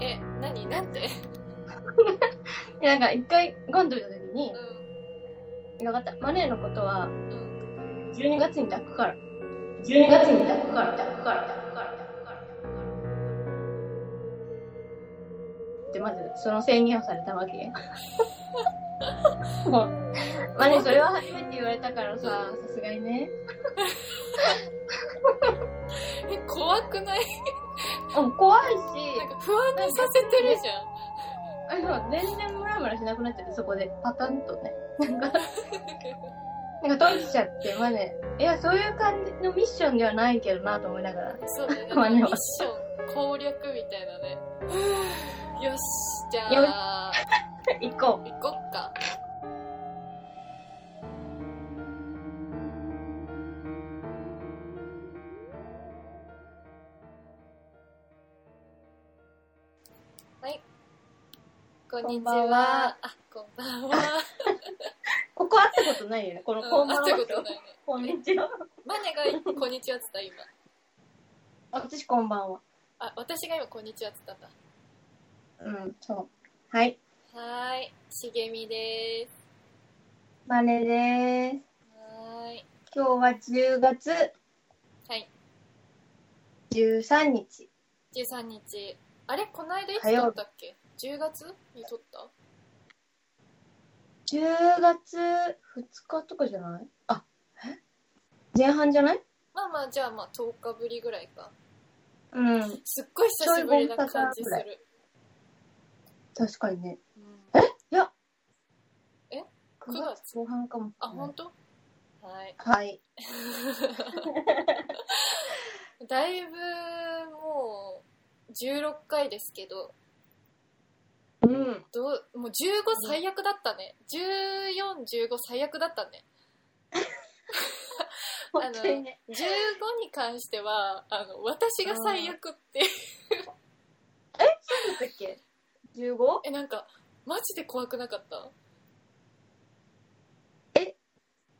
え、 何なんてで、なんか一回ガンドルの時に、う分かった、マネーのことはん。うん。 12月に抱くから。12月に抱くから、抱くから、抱くから、抱くから、抱くから。で、まずその宣言をされたわけ。もう、マネーそれは初めて言われたからさ、さすがにね。え、怖くないうん、怖いし、なんか不安にさせてるじゃん。あの、全然ムラムラしなくなっちゃって、そこで、パタンとね。なん か、なんか閉じちゃって、マネ。いや、そういう感じのミッションではないけどなと思いながら。そうだね。まあねミッション、攻略みたいなね。 ふぅよし、じゃあ、行こ行こっか。はい。こんにちこんばんはは。あ、 こんばんは。う。ここ会ったことないよね、このうこんん会ばっんたこととはないね。こんにちは。マネがこんにちはっつった今。あ私こんばんは。あ、私が今こんにちはっつったんだ。うん、そう。はい。はーい。茂みでーす。マネです。はーい。今日は10月はい。 13日。 13日。あれこないだい火つ曜日撮ったっけ ?10 月に撮った10月2日とかじゃないあ、え前半じゃないまあまあ、じゃあまあ10日ぶりぐらいか。うん。すっごい久しぶりな感じすちょいる。確かにね。うん9九月月後半かも。あ、ほんとはい。はい。だいぶ、もう、16回ですけど、うん。どう、もう15最悪だったね。14、15最悪だったね。本当にね。 15に関しては、あの、私が最悪ってそうだっけ ?15? えなんかマジで怖くなかった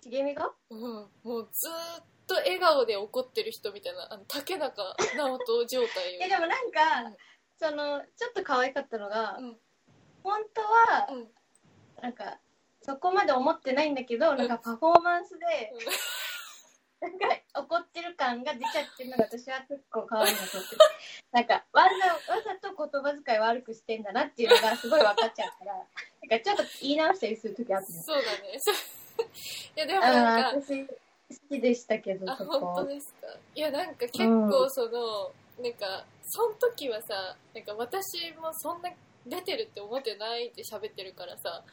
茂みがうんもうずーっと笑顔で怒ってる人みたいなあの竹中直人状態いよやでもなんうかん、その、ちょっと可愛かったのが、うん本当は、うんなんか、そこまで思ってないんだけど、んなんかパフォーマンスで、なんか怒ってる感が出ちゃってるのが私は結構可愛いなと思って。なんか、わざ、わざと言葉遣い悪くしてんだなっていうのがすごい分かっちゃうから、なんかちょっと言い直したりするときあったの。そうだね そういやでもあなんあー、か私、好きでしたけど、あそ本当こ。ですかいやなんか結構その、なんかその時はさなんか私もそんな出てるって思ってないで喋ってるからさ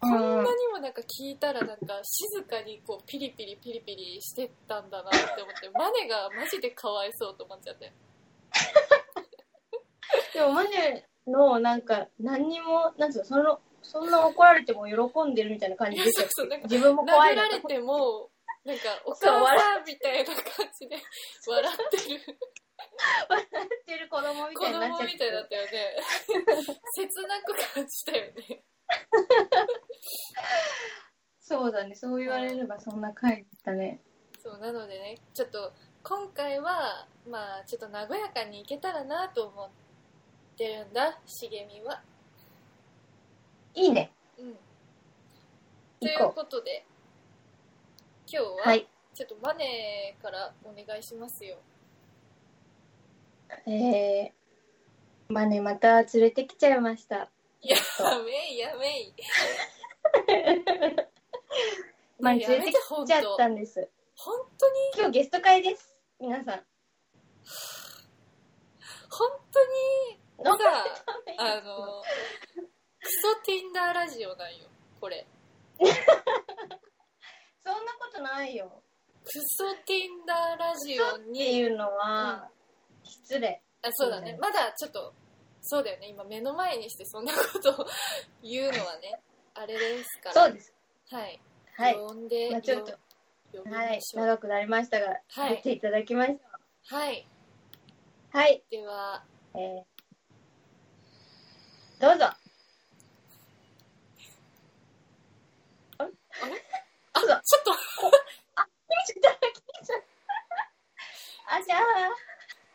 こんなにもなんか聞いたらなんか静かにこうピリピリピリピリしてたんだなって思ってマネがマジでかわいそうと思っちゃ ってでもマネの、なんか、何にも、なんつうの、その、そんな怒られても喜んでるみたいな感いじやでしそたうそうなんか自分も怖殴いなられてもなんかお母さんみたいな感じで笑ってる笑ってる子供み子たいになっ供ちゃっみたいだてったよね 切なく感じたよねそうだねそう言われればそんな回だねそうなのでねちょっと今回はまあちょっと和やかにいけたらなと思ってるんだ茂みはいいねうんとい行うこことで今日は、うはいちょっとマネーからお願いしますよえー、マネまた連れてきちゃいましたやめいやめい マネやめ連れてき本ちゃっ当たんです本当に今日ゲスト会です皆さん本当にさ のあのクソ Tinder ラジオなんよこれそんなことないよクソ Tinder ラジオってにいうのは、失礼あそうだねまだちょっとそうだよね今目の前にしてそんなことを言うのはねあれですからそうですはい、はい呼んで、まあちょっとよ呼びはまいしょうはい、長くなりましたがはい出ていただきましたはい、ではえー、どうぞあそうだちょっといただきちゃったあじゃ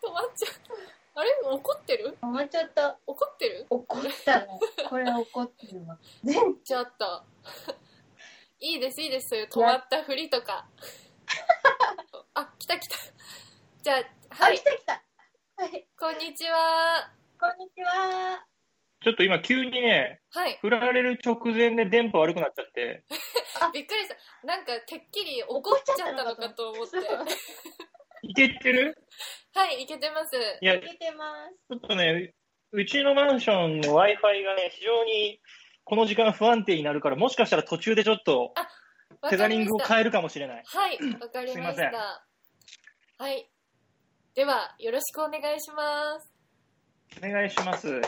止まっちゃうあれ怒ってるあもうちょっと怒ってる怒った ね。これ怒ってるわ。全ちょっと。 いいです、いいです。そういう止まったふりとか。あ、来た来た。じゃあ、はあ、い来、た来た。はい。こんにちは。こんにちは。ちょっと今急にね、はい。振られる直前で電波悪くなっちゃって、びっくりした。なんか、てっきり怒っちゃったのかと思って。いけてるはい、いけてます。いや、受ちけてます。ょっとね、うちのマンションの Wi-Fi がね、非常にこの時間不安定になるから、もしかしたら途中でちょっとわかテザりリンまグをした。変えるかもしれない。はい、わかり すいまましせんた。はい。では、よろしくお願いします。お願いします。はい。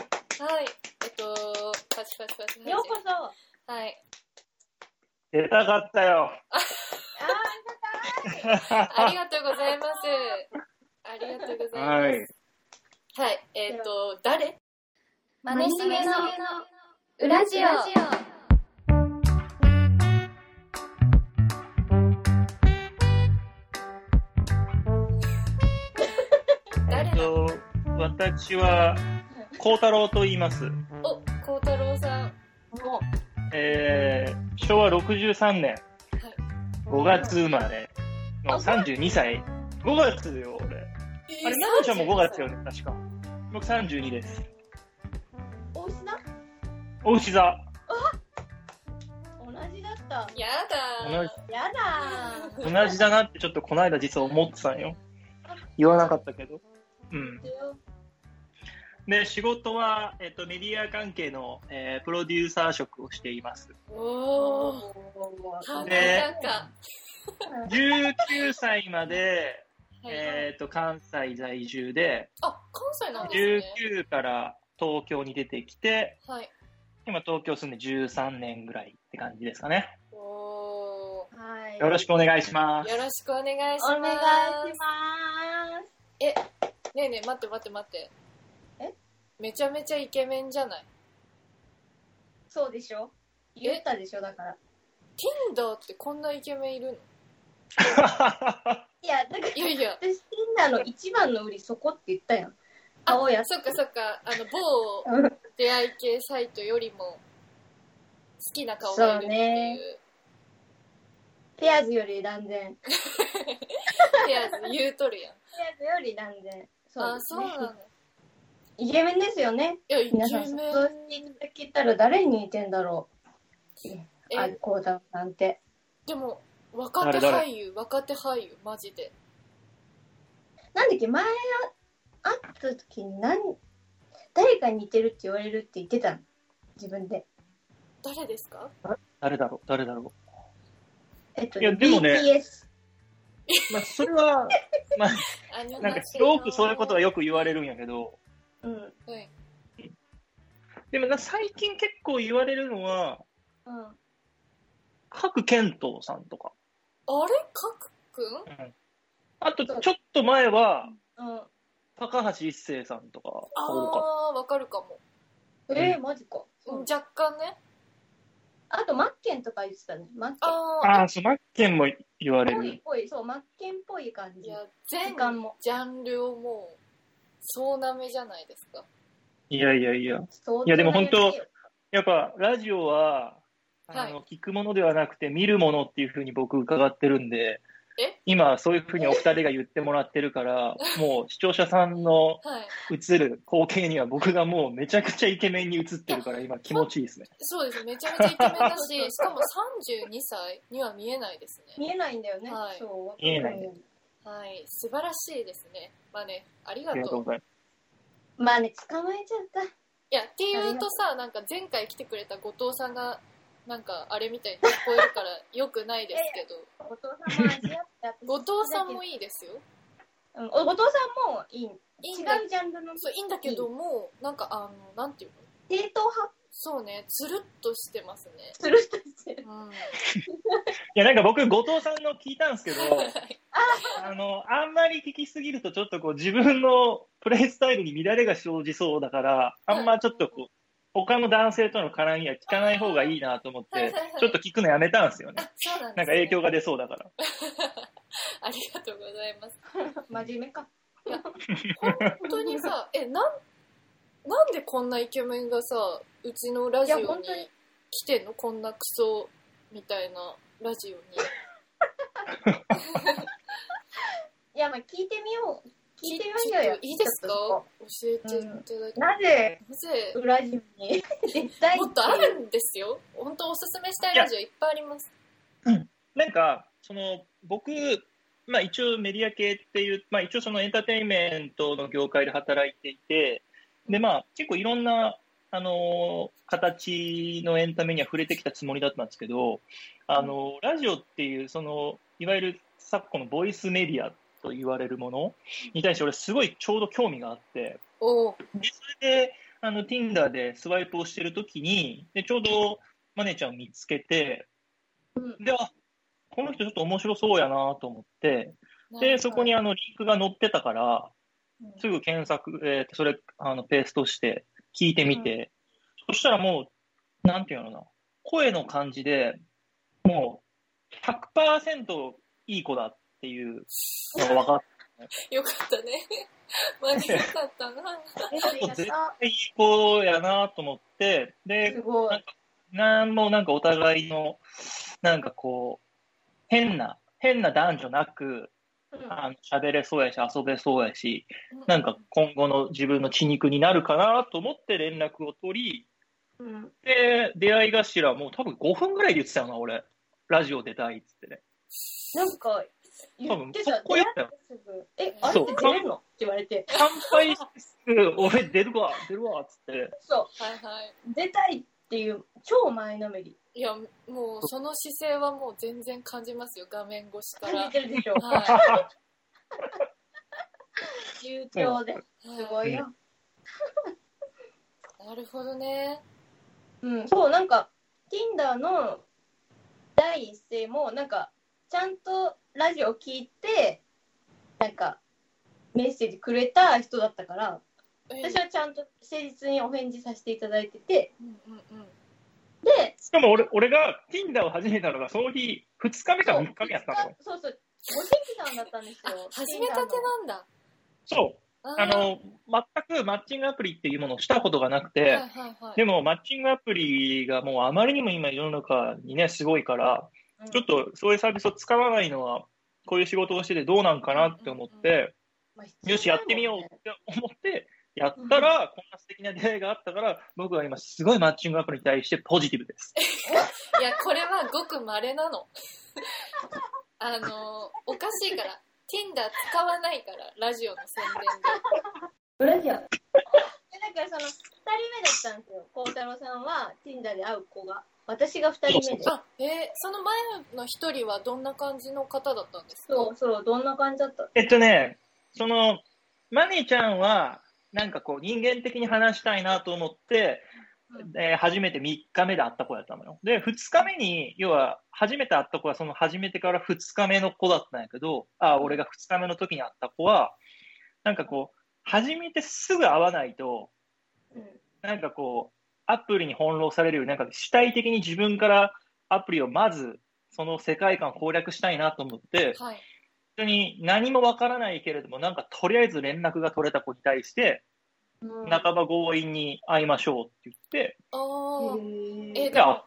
えっと、パチパチパチパチ。ようこそ。あはい。出たかった よ。あ、ありがとうございます。ありがとうございます。ははい。い。えっと、誰マネしげのウララジジオオ。誰えだっと、私は、孝太郎と言います。お、孝太郎さん。もえー、昭和63年5月生まれのあそう32歳。5月よ、俺。えあれ、なおちゃんも5月よね、確か。僕32です。う、お牛だ。お牛座。同じだった。やだやだー。同じだなってちょっとこの間実は思ってたんよ。言わなかったけど。うん。で、仕事は、えっと、メディア関係の、えープロデューサー職をしています。おー。ーはねなんか、 19歳まで、はい。えっと、関西在住で、あ、関西なんですね。 19から東京に出てきて、はい。今東京住んで13年ぐらいって感じですかね。おはい。よろしくお願いしまー。すよ。ろしくお願いします。お願いします。ねえねえ、待って待って待って。えめちゃめちゃイケメンじゃないそうでしょ言ったでしょだから。 ?Tinder ってこんなイケメンいるのいや、だから、いやいや。私、ティンダーの一番の売り、そこって言ったやん。あ顔や、そっかそっか、あの、某うん出会い系サイトよりも、好きな顔がいるってそういねう。ペアーズより断然。ペペアーズ言うとるやん。アーズより断然。あ、ですそうねなの。いイケメンですよね。や、イケメ皆ンさん、想像していただけたら誰に似てんだろう。あえ、、こうだなんて。でも、若手誰誰俳優、若手俳優、マジで。なんだっけ、前会った時に何、誰かに似てるって言われるって言ってたの。自分で。誰ですか 誰だろう誰だろえっと、いやでもね BTS。うまあ、それは、まあ、あのなんか、すごくそういうことはよく言われるんやけど、うん。はい。でもな最近結構言われるのは、うん。各健闘さんとか。あれかくくんあと、ちょっと前は、うん。高橋一生さんとか、多かっあー、わかるかも。えー、マジか。うん若干ね。あと、マッケンとか言ってたね。マッケン。あた。ー、ああー、そう、マッケンも言われぽるい。ぽい、そう、マッケンっぽい感いじ。や、全時間もジャンルをもう、そうなめじゃないですか。いやいやいや。相当いやでも本当やっぱ、ラジオは、あの、は聞くものではなくて、見るものっていうふうに僕伺ってるんでえ、今、そういうふうにお二人が言ってもらって るから、もう視聴者さんはのい。映る光景には僕がもうめちゃくちゃイケメンに映ってるから、今気持ちいいですね。そうです。めちゃめちゃイケメンだ し、しかも32歳には見えないですね。見えないんだよね。はいそう。見えないねはい。素晴らしいですね。まあね、ありあがりがととうう。ございまあね、捕まえちゃ った。いや、っていうとさ、なんか前回来てくれた後藤さんが、なんかあれみたいに聞こえるから良くないですけど、お父さんもアジアだ後藤さんもいいですよ。うんおお父さんもいい。違いいんだうジャンルのそういいんだけども、なんかあの、なんていうの正統派そうね、つるっとしてますね。する人してる。うん。ます。いや、なんか僕、後藤さんの聞いたんですけど、あの、あんまり聞きすぎるとちょっとこう自分のプレイスタイルに乱れが生じそうだから、あんまちょっとこう、他の男性との絡みは聞かない方がいいなと思っはいはいてはい、ちょっと聞くのやめたんですよね。そうなんです、ね、なんか影響が出そうだから。ありがとうございます。真面目か。 本当にさ、え、なん、なんでこんなイケメンがさうちのラジオいにや本当に来てんのこんなクソみたいなラジオにいや、まあ聞いてみよう。聞いてみちよょうよっと。いいですかちょっ教えていただいとて、なぜ、なぜ裏地に絶対 もっとあるんですよ本当おすすめしたいラジオいっぱいありますなんか、その、僕、まあ一応メディア系っていう、まあ一応そのエンターテインメントの業界で働いていて、でまあ結構いろんな、あのー形のエンタメには触れてきたつもりだったんですけど、あのーラジオっていう、その、いわゆる昨今のボイスメディアと言われるものに対して俺すごいちょうど興味があって、おうで、それで、あの、Tinder でスワイプをしてるときに、で、ちょうど、マネちゃんを見つけて、うんで、あ、この人ちょっと面白そうやなと思って、なんかで、そこにあの、リンクが載ってたからうん、すぐ検索、えーそれ、あの、ペーストして、聞いてみて、そしたらもう、なんていうのかな、声の感じで、もう、100%いい子だっていうのが分かっよかったね 間に合かったなありがて、いい子やなと思って、でとう、すごい。なんもなんかお互いの、なんかこう、変な、変な男女なく、あの喋れそうやし、遊べそうやし、 なんか今後の自分の血肉になるかなと思って連絡を取り、うん。で、出会い頭、もう多分5分ぐらいで言ってたよな、俺。ラジオ出たいっつってね。なんか、言ってた。多分そこやったよ出会ってすぐえ、あれって出れんのって言われて。乾杯してすぐ、 俺出るわ、出るわ、っつって。そ。はいはいう出たいっていう、超前のめり。いやもうその姿勢はもう全然感じますよ画面越しか感らじてるでしょ。は重調で。いすごいよ。なるほどねうん、そう、なんか、Tinder の第一声も、なんか、ちゃんとラジオ聞いて、なんか、メッセージくれた人だったから、え私はちゃんと誠実にお返事させていただいてて、うんうんうんで、しかも俺、俺が Tinder を始めたのが、その日、2日目かそう3日目やったのよ。そうそう、ご新規さんだったんですよ。始めたてなんだそう。あーあの、全くマッチングアプリっていうものをしたことがなくて、はいはいはいでも、マッチングアプリがもうあまりにも今世の中にね、すごいから、 Tinder のちょっとそういうサービスを使わないのは、こういう仕事をしててどうなんかなって思って、よし、やってみようっ。て思って、やったら、こんな素敵な出会いがあったから、僕は今すごいマッチングアプリに対してポジティブです。いや、これはごく稀なの。 あの、おかしいから。Tinder 使わないから、ラジオの宣伝まあ必要なもんねでだからその、二人目だっ裏じゃ。たんですよ。孝太郎さんは Tinder で会う子が。私が二人目でで。。あ、えーその前の一人はどんな感じの方だったんですかそうそう、どんな感じだったえっとね、その、マネちゃんは、なんかこう人間的に話したいなと思って、えー初めて3日目で会った子だったのよ。で、2日目に、要は、初めて会った子は、その初めてから2日目の子だったんやけど、あ、俺が2日目の時に会った子は、なんかこう、初めてすぐ会わないと、うんなんかこう、アプリに翻弄されるより、なんか主体的に自分からアプリをまず、その世界観を攻略したいなと思って、はい。本当に何もわからないけれども、なんかとりあえず連絡が取れた子に対して、うん半ば強引に会いましょうって言って、あー。えーえじでゃもあ、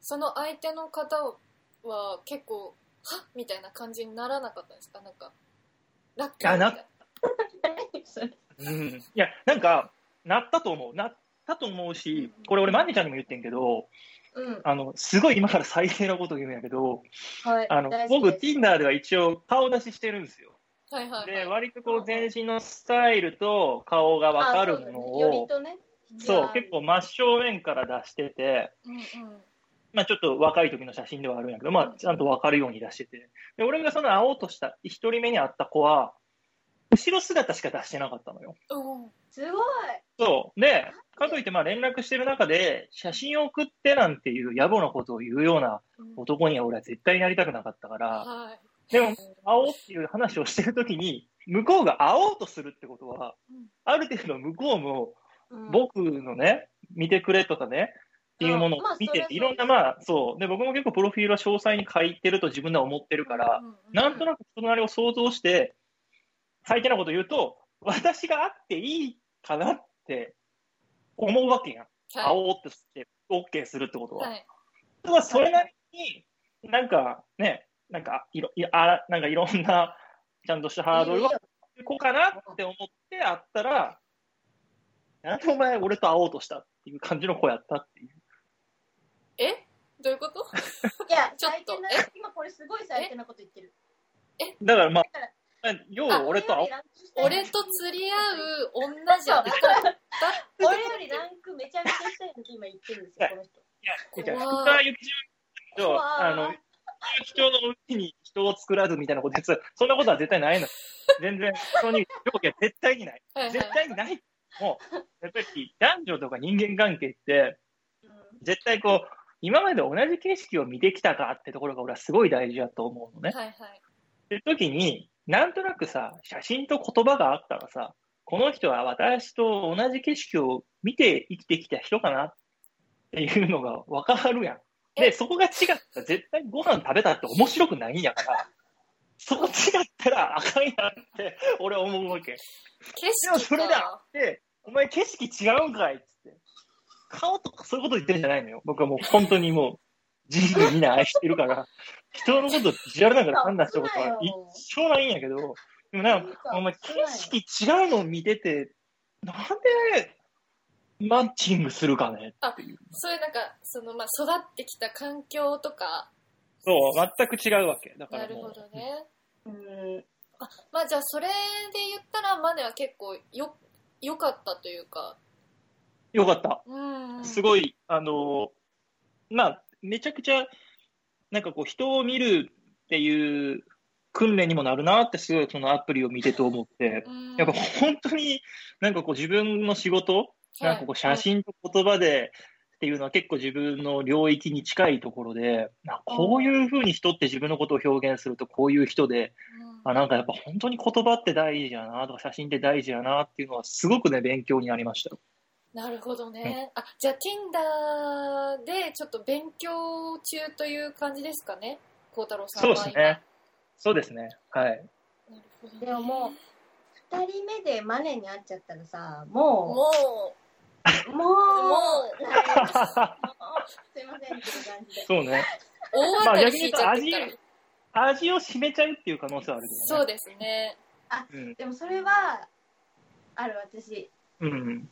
その相手の方は結構、はっみたいな感じにならなかったんですかなんか、ラッキーみたいいやなな。それうん、いや、なんか、なったと思う。なったと思うし、これ俺、マネちゃんにも言ってんけど、うん、あの、すごい今から最低なこと言うんやけど、はい。あの、大事僕、です Tinder では一応顔出ししてるんですよ。はいはい、はいで、。割とこう、全身のスタイルと顔がわかるものあそうだねよりを、とね。そうい、や結構真正面から出してて、うんうん。まあ、ちょっと若い時の写真ではあるんやけど、まあ、ちゃんと分かるように出してて。で、俺がその会おうとした、一人目に会った子は、後ろ姿しか出してなかったのよ。うん。すごい。そう。で、かといって、まあ、連絡してる中で、写真を送ってなんていう野暮なことを言うようなうん男には俺は絶対なりたくなかったから、はい。でも、会おうっていう話をしてる時に、向こうが会おうとするってことはうん、ある程度向こうも、うん僕のね、見てくれとかね、っていうものを見あまてあ、それはそういろんな、まあ、そう。で、僕も結構プロフィールは詳細に書いてると自分では思ってるから、うううなんとなくそのあれを想像して、最低なこと言うと、私があっていいかなって思うわけやん。あはいおーってして、OK するってことは。はいまあそれなりに、なんかね、なんかいろいあなんかいろんな、ちゃんとしたハードルは、こうかなって思ってあったら、なんでお前、俺と会おうとしたっていう感じの子やったっていう。えどういうこといや、ちょっ最と低な、今これすごい最低なこと言ってる。だからまあだから、要は俺と会おう。俺と釣り合う女じゃなかっ た俺よりランクめちゃめちゃ下やんって今言ってるんですよ、この人。いや、みたいな。怖い福沢諭う吉郎わーあの、吉祥のうちに人を作らずみたいなことやつ、そんなことは絶対 ないの。全然、人に上下は絶対にない。はいはい絶対にない。もう、やっぱり男女とか人間関係って、絶対こう、今まで同じ景色を見てきたかってところが俺はすごい大事だと思うのね。はいはいって時に、なんとなくさ、写真と言葉があったらさ、この人は私と同じ景色を見て生きてきた人かなっていうのが分かるやん。で、そこが違ったら絶対ご飯食べたって面白くないんやから、そこ違ったらあかんやんって俺は思うわけ。景でも色それだって、お前景色違うんかいっつって。顔とかそういうこと言ってんじゃないのよ。僕はもう本当にもう、人類みんな愛してるから、人のことビジュアルなんかで判断したことは一生ないんやけど、でもなんか、お前景色違うのを見てて、なんでマッチングするかねそういうなんかそのまあ育ってきた環境とかそう、全く違うわけ。だかならるもほうど、ねうん。まあじゃあそれで言ったらマネは結構よ良かったというかよかった。うんすいごい、あのまあ、めちゃくちゃ、なんかこう、人を見るっていう訓練にもなるなって、すごい、そのアプリを見てと思って、やっぱ本当に、なんかこう、自分の仕事、なんかこう、写真と言葉でっていうのは結構自分の領域に近いところで、あこういうふうに人って自分のことを表現すると、こういう人で、あ、なんかやっぱ本当に言葉って大事やなとか、写真って大事やなっていうのは、すごくね、勉強になりました。なるほどね。あ、じゃあ Tinder でちょっと勉強中という感じですかね、孝太郎さんそうはで今。すね。そうですね。 はい。なるほどね。でももう、二人目でマネに会っちゃったらさ、ももう、もう、もう、もう、すいませんっていう感じで。そうね。う、大当まあたり逆に引言いうちゃとってる味から。、味を占めちゃうっていう可能性はあるけどそうね。ですね。うんでもそれは、ある私、うん。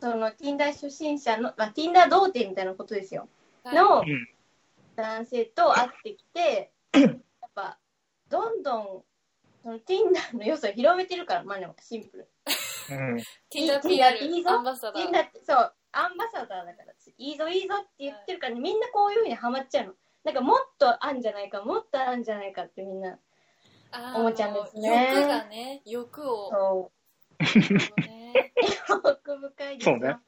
その Tinder 初心者の、まあ、Tinder 童貞みたいなことですよ。はいのうん男性と会ってきて、やっぱ、どんどん、その Tinder の要素を広めてるから、まあでもシンプル。うん。 Tinder いいや PR いいぞアンバサダー。 Tinder って、そう、アンバサダーだから、いいぞいいぞって言ってるから、みんなこういうふうにハマっちゃうの。なんかもっとあんじゃないか、もっとあんじゃないかってみんな。あーおもちゃですね欲がね、欲を。 そなるほどねう。奥深いですよ。そうね。う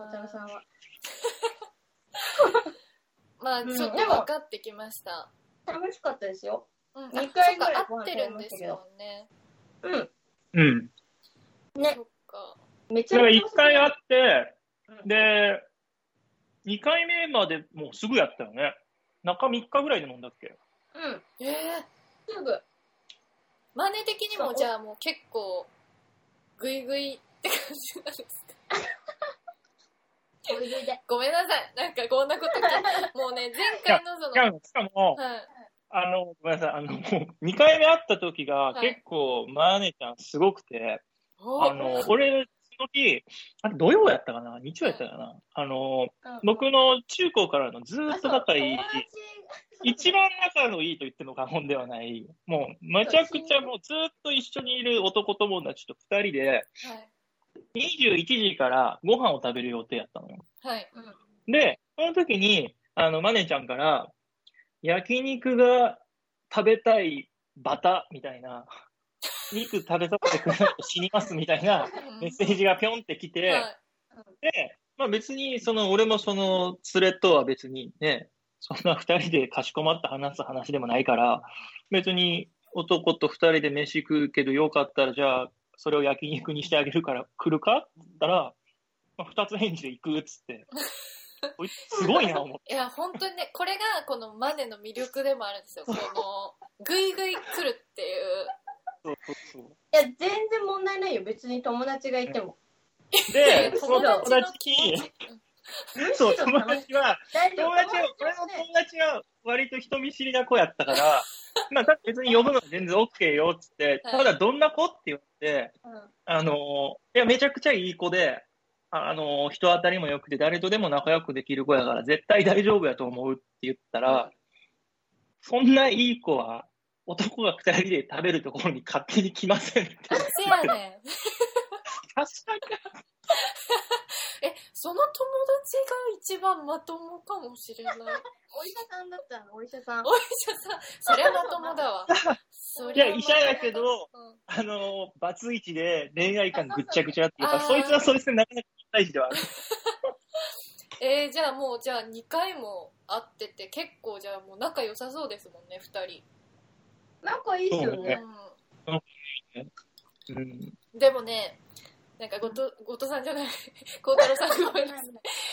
孝太郎さんんは。まあ、うんちょっと分かってきました。楽しかったですよ。うん、あ二回ぐらいそっか合ってるんですよね。うん。うん。ねそっか。めちだゃからめちゃ面一白い。回会って、うんで、二回目までもうすぐやったよね。中三日ぐらいで飲んだっけうん。えー、すぐ。マネ的にそもうじゃあもう結構グイグイって感じなんですかおいでで。ごめんなさいなんかこんなこと聞いもうね前回のそいやの、、しかも、はい、あの、ごめんなさい、あの、もう2回目会った時がはい結構、マーネちゃんすごくて、おあの、俺、その日、あれ土曜やったかな日曜やったかなあの、僕の中高からのずーっと仲いいあ、そう友達一番仲のいいと言っても過言ではない、もうめちゃくちゃもうずっと一緒にいる男友達と二人で、はい21時からご飯を食べる予定やったのよ。はいで、その時に、あの、マネちゃんから、焼肉が食べたいバタみたいな、肉食べさせてくれないと死にますみたいなメッセージがぴょんってきて、はいで、まあ別に、その、俺もその、連れとは別にね、そんな二人でかしこまって話す話でもないから、別に男と二人で飯食うけどよかったら、じゃあ、それを焼肉にしてあげるから来るかって言ったら、まあ、二つ返事で行くっつって。こいつすごいな、思って。いや本当にねこれがこのマネの魅力でもあるん ですよこのグイグイ来るっていうそうそうそういや、全然問題ないよ。別に友達がいても。で、そ友の達友の達気持に、ち。そう、友達は、大丈夫友達は、俺の友達は割と人見知りな子やったから、まあ、だって別に呼ぶのは全然 OK よっつって、はいただどんな子って言って、うんあのー、いや、めちゃくちゃいい子で、ああのー、人当たりも良くて、誰とでも仲良くできる子やから、絶対大丈夫やと思うって言ったら、そんないい子は、男が二人で食べるところに勝手に来ませんって。確せやねん。かに。え、その友達が一番まともかもしれない。お医者さんだったのお医者さん。お医者さん、そりゃまともだわ。そりゃまともだいや医者やけどうんあのー、バツイチで恋愛感ぐっちゃぐちゃっていうあか、そうそうそいつはそいつでなかなか大事ではある。えーじゃあもう、じゃあ2回も会ってて、結構じゃあもう仲良さそうですもんね、2なんかいいっすよそ人。うねね。ううんん。でもね、なんかごと、ごとさんじゃない、 孝太郎さんご めんなさい。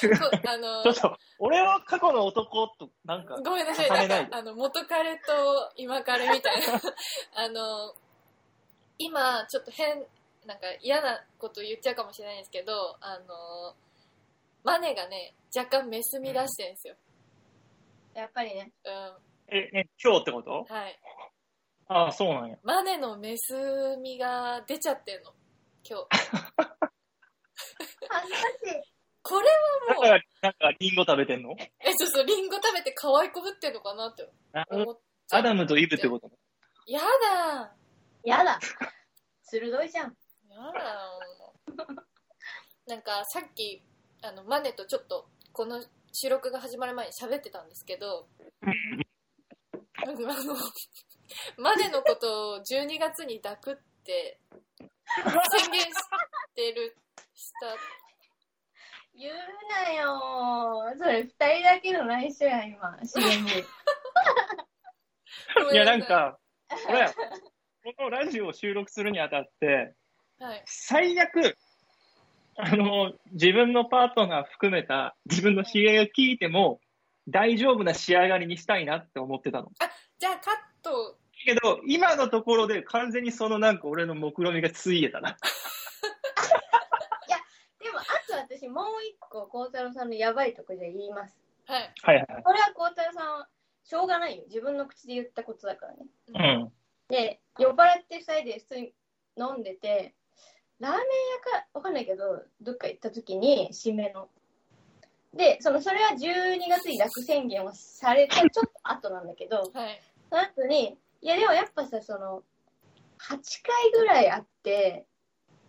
こあのちょっと、俺は過去の男と、なんか、ごめんなさい、重なねんないか、あの、元彼と今彼みたいな。 あの、今、ちょっと変、なんか嫌なこと言っちゃうかもしれないんですけど、あの、マネがね、若干メスみ出してるんですよ。やっぱりね。うん、え、え、今日ってことはい。ああ、そうなんや。マネのメスみが出ちゃってんの、今日。恥ずかしい。これだはかもう、ら、なんか、リンゴ食べてんのえ、そうそう、リンゴ食べて可愛こぶってんのかなってな思っちゃう。アダムとイブってことやだやだ。鋭いじゃん。やだよ なんかさっきあのマネとちょっとこの収録が始まる前に喋ってたんですけどあの マネのことを12月に抱くって宣言してるした言うなよそれ二人だけの内緒やん、今。自然に。いや、なん、か、俺、このラジオを収録するにあたって、はい、最悪、あの、自分のパートナー含めた、自分の知り合いを聞いても、大丈夫な仕上がりにしたいなって思ってたの。じゃあカットけど、今のところで完全にそのなんか俺の目論みがついえたな。でも、あと私、もう一個、孝太郎さんのやばいとこじゃ言います。はい、はいはいこれは孝太郎さんは、しょうがないよ。自分の口で言ったことだからね。はい。うん。で、酔っ払って二人で普通に飲んでて、ラーメン屋か、わかんないけど、どっか行った時に、締めの。で、その、それは12月に楽宣言をされたちょっと後なんだけど、はいその後に、いやでもやっぱさ、その、8回ぐらいあって、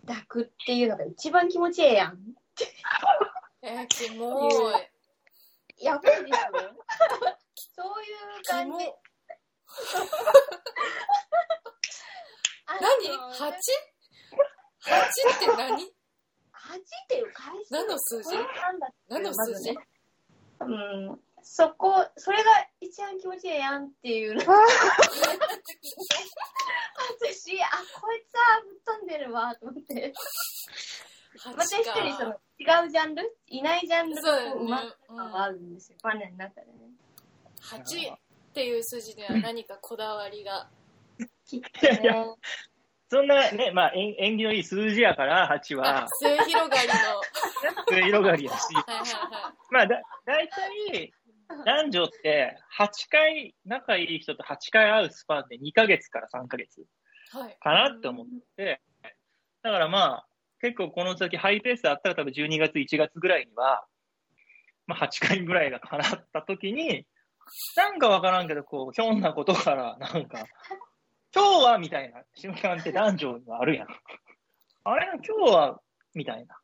抱くっていうのが一番気持ちええやん。えー、キモいやばいでしょ そういうキ感モじ。あの何な ?8?8 って何八っていう回数何の数字なんだっていう何の数字、まずねうん。そこ、それが一番気持ちええやんっていうの。 私、あ、こいつはぶっ飛んでるわ、と思って。 8また一人、その、違うジャンルいないジャンルそうだのようねまさ。うんがあるんですよ。バネの中でね。 8っていう数字には何かこだわりが。きっといやいね。そんなね、まあ、縁縁起のいい数字やから、8あは、 末広がりの。末広がりやし、はいはいはまあ、だ、大体、男女って、8回、仲いい人と8回会うスパンで2ヶ月から3ヶ月い。はい。かなって思って、だからまあ、結構この先ハイペースであったら多分12月、1月ぐらいには、まあ8回ぐらいが叶った時に、なんかわからんけど、こう、ひょんなことから、なんか、今日はみたいな瞬間って男女にはあるやん。あれ今日はみたいな。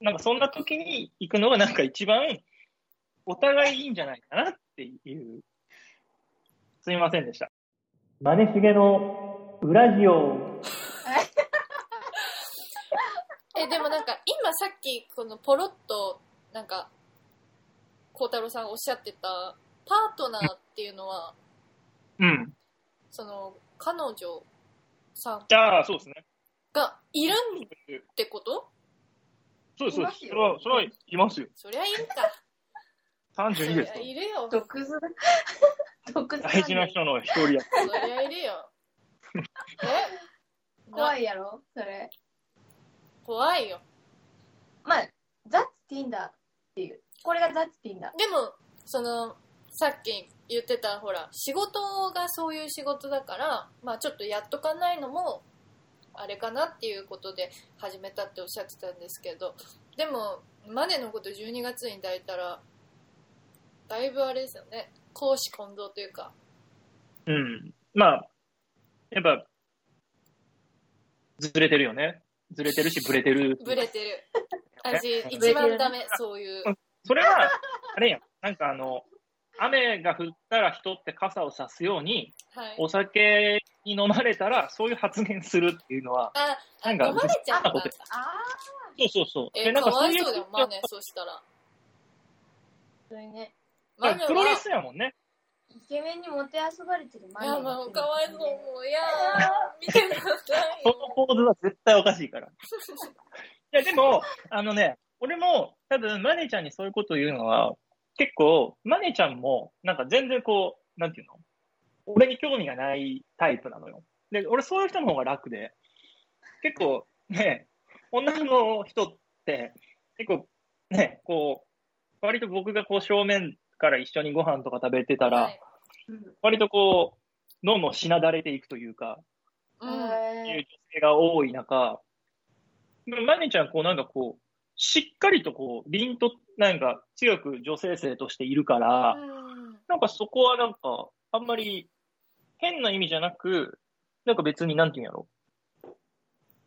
なんかそんな時に行くのがなんか一番お互いいいんじゃないかなっていう。すみませんでした。マネしげの裏ジオ。え、でもなんか今さっきこのポロッと、なんか、孝太郎さんおっしゃってた、パートナーっていうのは、うん。その、彼女さんじゃあ、そうですね。がいるんってことそうです、そうでいますよす。それは、それはいますよ。そりゃいいんか。そり32ですゃかいるよ。毒図だ。毒図なんだ大事な人の一人や。そりゃいるよ。え怖い。いやろそれ。怖いよ。まあ、ザッツティンダーっていう。これがザッツティンダー。でもそのさっき言ってたほら仕事がそういう仕事だから、まあ、ちょっとやっとかないのもあれかなっていうことで始めたっておっしゃってたんですけどでもマネのこと12月に抱いたらだいぶあれですよね公私混同というかうん。まあ、やっぱ、ずれてるよね。ずれてるし、ぶれてる。ブレてるね私一番ダメそういうそれは、あれやん。なんかあの、雨が降ったら人って傘を差すように、はいお酒に飲まれたら、そういう発言するっていうのは、ああなん飲まかれちゃったんだあそうそうそう。えなんかわいいそうだよマネそしたらー、それね。マだネからはプロレスやもんね。イケメンにもてあそばれてるマいネーやみたまあなかわいそうもういや ー見てくださいそのポーズは絶対おかし いから。いや、でも、あのね、俺も多分、マネちゃんにそういうことを言うのは、結構、マネちゃんも、なんか全然こう、なんていうの俺に興味がないタイプなのよ。で、俺そういう人の方が楽で、結構、ね、女の人って、結構、ね、こう、割と僕がこう正面から一緒にご飯とか食べてたら、はい割とこう、どんどんしなだれていくというか、うんいへう女性が多い中、マネちゃん、こうなんかこう、しっかりとこう、凛となんか強く女性性としているから、うんなんかそこはなんか、あんまり変な意味じゃなく、なんか別になんていうんやろ。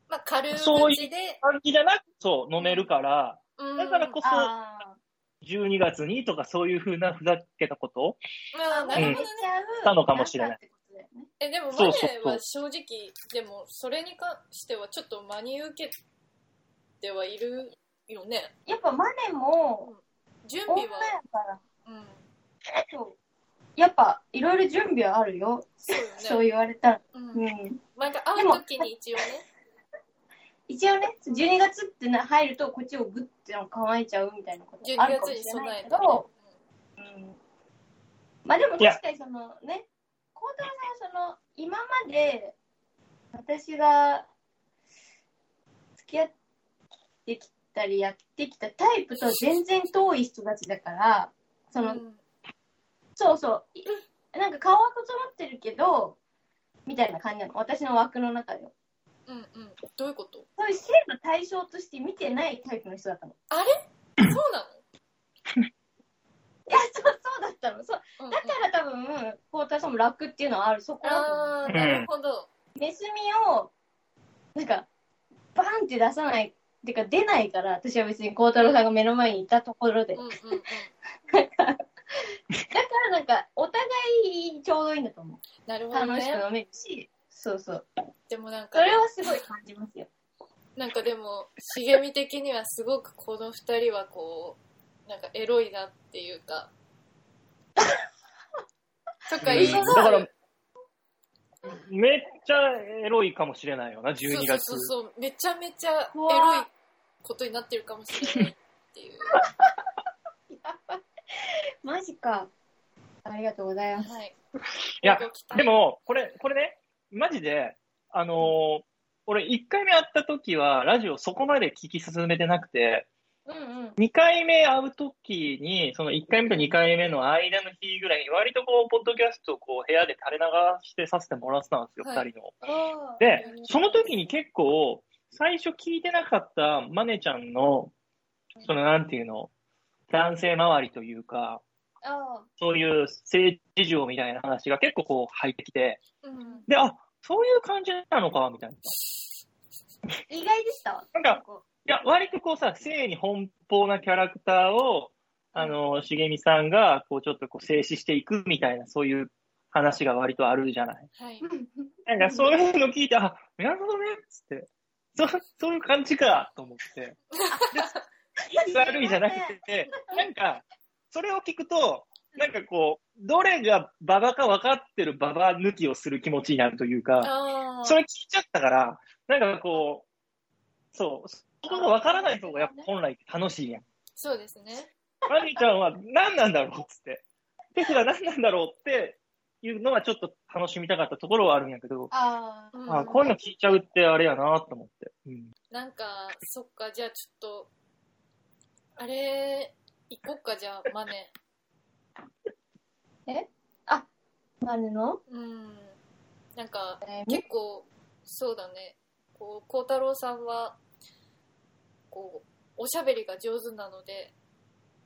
まあ軽そう口いで感じじゃなく、そう、飲めるから、うんだからこーそ、あ12月にとかそういうふうなふざけたことを、まあーなるほどね、たのかもしれないんかってことだよねえでもマネそはうそうそう正直でもそれに関してはちょっと真に受けてはいるよねやっぱマネも準女備やは、からうん、そうやっぱいろいろ準備はあるよ、そうよねそう言われたら、うんうん、なんか会う時に一応ね一応ね12月ってな入るとこっちをグッてなんか構えちゃうみたいなことあ12る月かもしにれ備ないえて、けねど、うん、まあでもいや確かにそのね孝太郎さんはその今まで私が付き合ってきたりやってきたタイプと全然遠い人たちだからその、うんそうそういなんか顔は整ってるけどみたいな感じなの私の枠の中ではうんうんどういうことそういう性の対象として見てないタイプの人だったのそうないやそうそうだったのそうの、うんうんだから多分孝太郎さんも楽っていうのはあるそこだと思うああなるほど、ネズミを、なんか、バンって出さない、てか出ないから、私は別に孝太郎さんが目の前にいたところで。うんだうんうんからなんか、お互いちょうどいいんだと思なるう。ほど楽しねく飲めるし、そうそう。でもなんそかれはすごい感じますよ。なんかでも茂み的にはすごくこの二人はこうなんかエロいなっていうかとか言いつつうんだからめっちゃエロいかもしれないよな、12月。そうそうそうめちゃめちゃエロいことになってるかもしれないっていうマジか。ありがとうございます。はいいやご期待でも、これ、これね、マジで、あのー俺、1回目会った時は、ラジオそこまで聞き進めてなくて、うんうん。 2回目会う時に、その1回目と2回目の間の日ぐらいに、割とこう、ポッドキャストをこう、部屋で垂れ流してさせてもらってたんですよ、はい2人の。おーで、その時に結構、最初聞いてなかったマネちゃんの、その、なんていうの、男性周りというか、あそういう政治事情みたいな話が結構こう入ってきて、うんで、あ、そういう感じなのか、みたいな。いー意外でしたわ。なんかこや、割とこうさ、性に奔放なキャラクターを、あの、茂みさんが、こう、ちょっとこう、静止していくみたいな、そういう話が割とあるじゃない。はいなんか、そういうの聞いて、あ、なるほどね、つって。そ、そういう感じか、と思って。で悪いじゃなくて、なんか、それを聞くと、なんかこう、どれがババか分かってるババ抜きをする気持ちになるというか、あーそれ聞いちゃったから、なんかこう、そう、そこが分からない方がやっぱ本来楽しいやん。そうですねマリーちゃんは何なんだろうっつって、手札何なんだろうっていうのはちょっと楽しみたかったところはあるんやけど、あうんあこういうの聞いちゃうってあれやなと思って。うんなんかそっかじゃあちょっとあれ、行こっか、じゃあ、マネ。マネのうん。なんか、えーみ結構、そうだね。こう、孝太郎さんは、こう、おしゃべりが上手なので、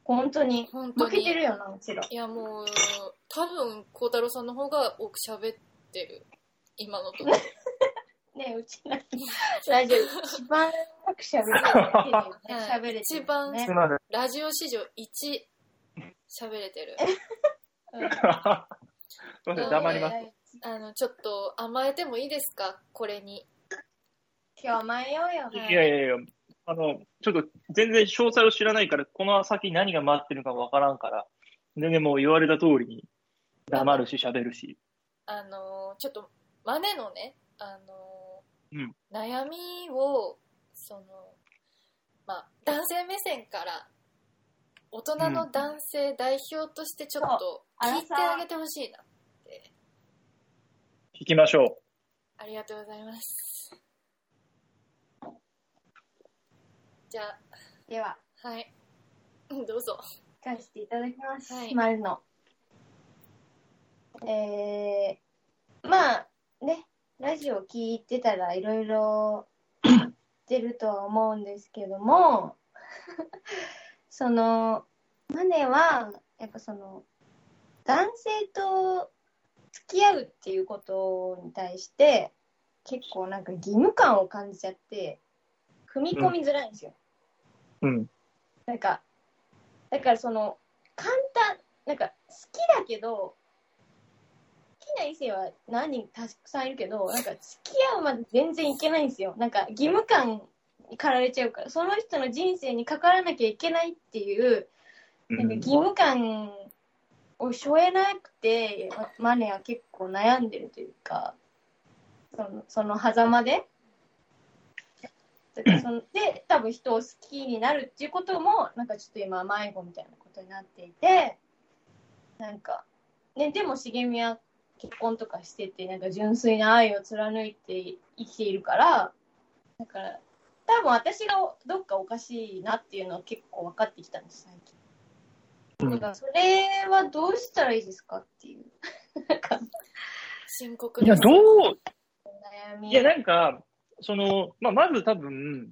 本当に。本当負に。けてるよな、うちら。いや、もう、多分、孝太郎さんの方が多く喋ってる。今のところ。ねうちら。 大丈夫。一番早く喋れ てるよね。喋れてる、ね。一番すいません。 ラジオ史上一喋れてる。うんすいません、黙ります。あの、ちょっと甘えてもいいですかこれに。今日迷うよ。はいいやいやいや、あの、ちょっと全然詳細を知らないから、この先何が待ってるかわからんから、全然もう言われた通りに黙るし喋るし。あの、ちょっと、マネのね、あの、うん悩みを、その、まあ、男性目線から、大人の男性代表としてちょっとうん聞いてあげてほしいな。聞きましょありがとうございます。じゃでは、あ、はい。 うんどうぞ。聞かせていただきます。はいマルの。えー、まあ、ね、ラジオ聞いてたらいろいろ出るとは思うんですけども、 その、マネは、やっぱその、男性と付き合うっていうことに対して、結構なんか義務感を感じちゃって、踏み込みづらいんですよ。う。うん。なんか、だからその、簡単、なんか、好きだけど、好きな異性は何人かたくさんいるけど、なんか、付き合うまで全然いけないんですよ。なんか、義務感に駆られちゃうから、その人の人生にかからなきゃいけないっていう、うなんかん義務感を背負えなくて、まマネは結構悩んでるというか、その、その狭間で。だからそので、多分人を好きになるっていうことも、なんかちょっと今、迷子みたいなことになっていて、なんか、ね、でも茂みは結婚とかしてて、なんか純粋な愛を貫いて生きているから、だから、多分私がどっかおかしいなっていうのは結構分かってきたんです、最近。うんそれはどうしたらいいですかっていう。なんか、深刻いや、どう、悩み。いや、なんか、その、まあ、まず多分、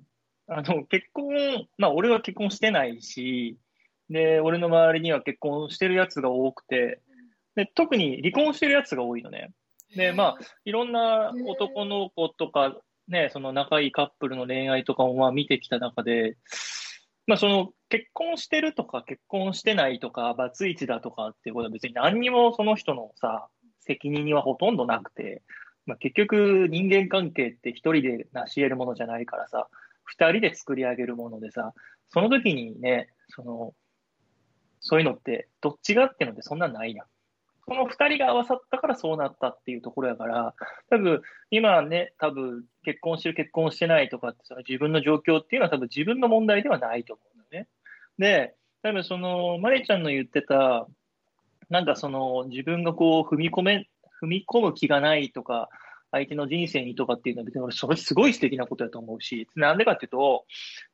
あの、結婚、まあ、俺は結婚してないし、で、俺の周りには結婚してるやつが多くて、で、特に離婚してるやつが多いのね。でまあ、いろんな男の子とか、ね、その仲いいカップルの恋愛とかをまあ見てきた中で、まあ、その結婚してるとか結婚してないとか、バツイチだとかっていうことは別に何にもその人のさ、責任にはほとんどなくて、まあ、結局人間関係って一人で成し得るものじゃないからさ、二人で作り上げるものでさ、その時にね、その、そういうのって、どっちがってのってそんなんないやん。その二人が合わさったからそうなったっていうところやから、多分今ね、多分結婚してる、結婚してないとかって、その自分の状況っていうのは多分自分の問題ではないと思うんだよね。で、多分その、まりちゃんの言ってた、なんかその、自分がこう、踏み込め、踏み込む気がないとか、相手の人生にとかっていうのは別に俺、それすごい素敵なことだと思うし、なんでかっていうと、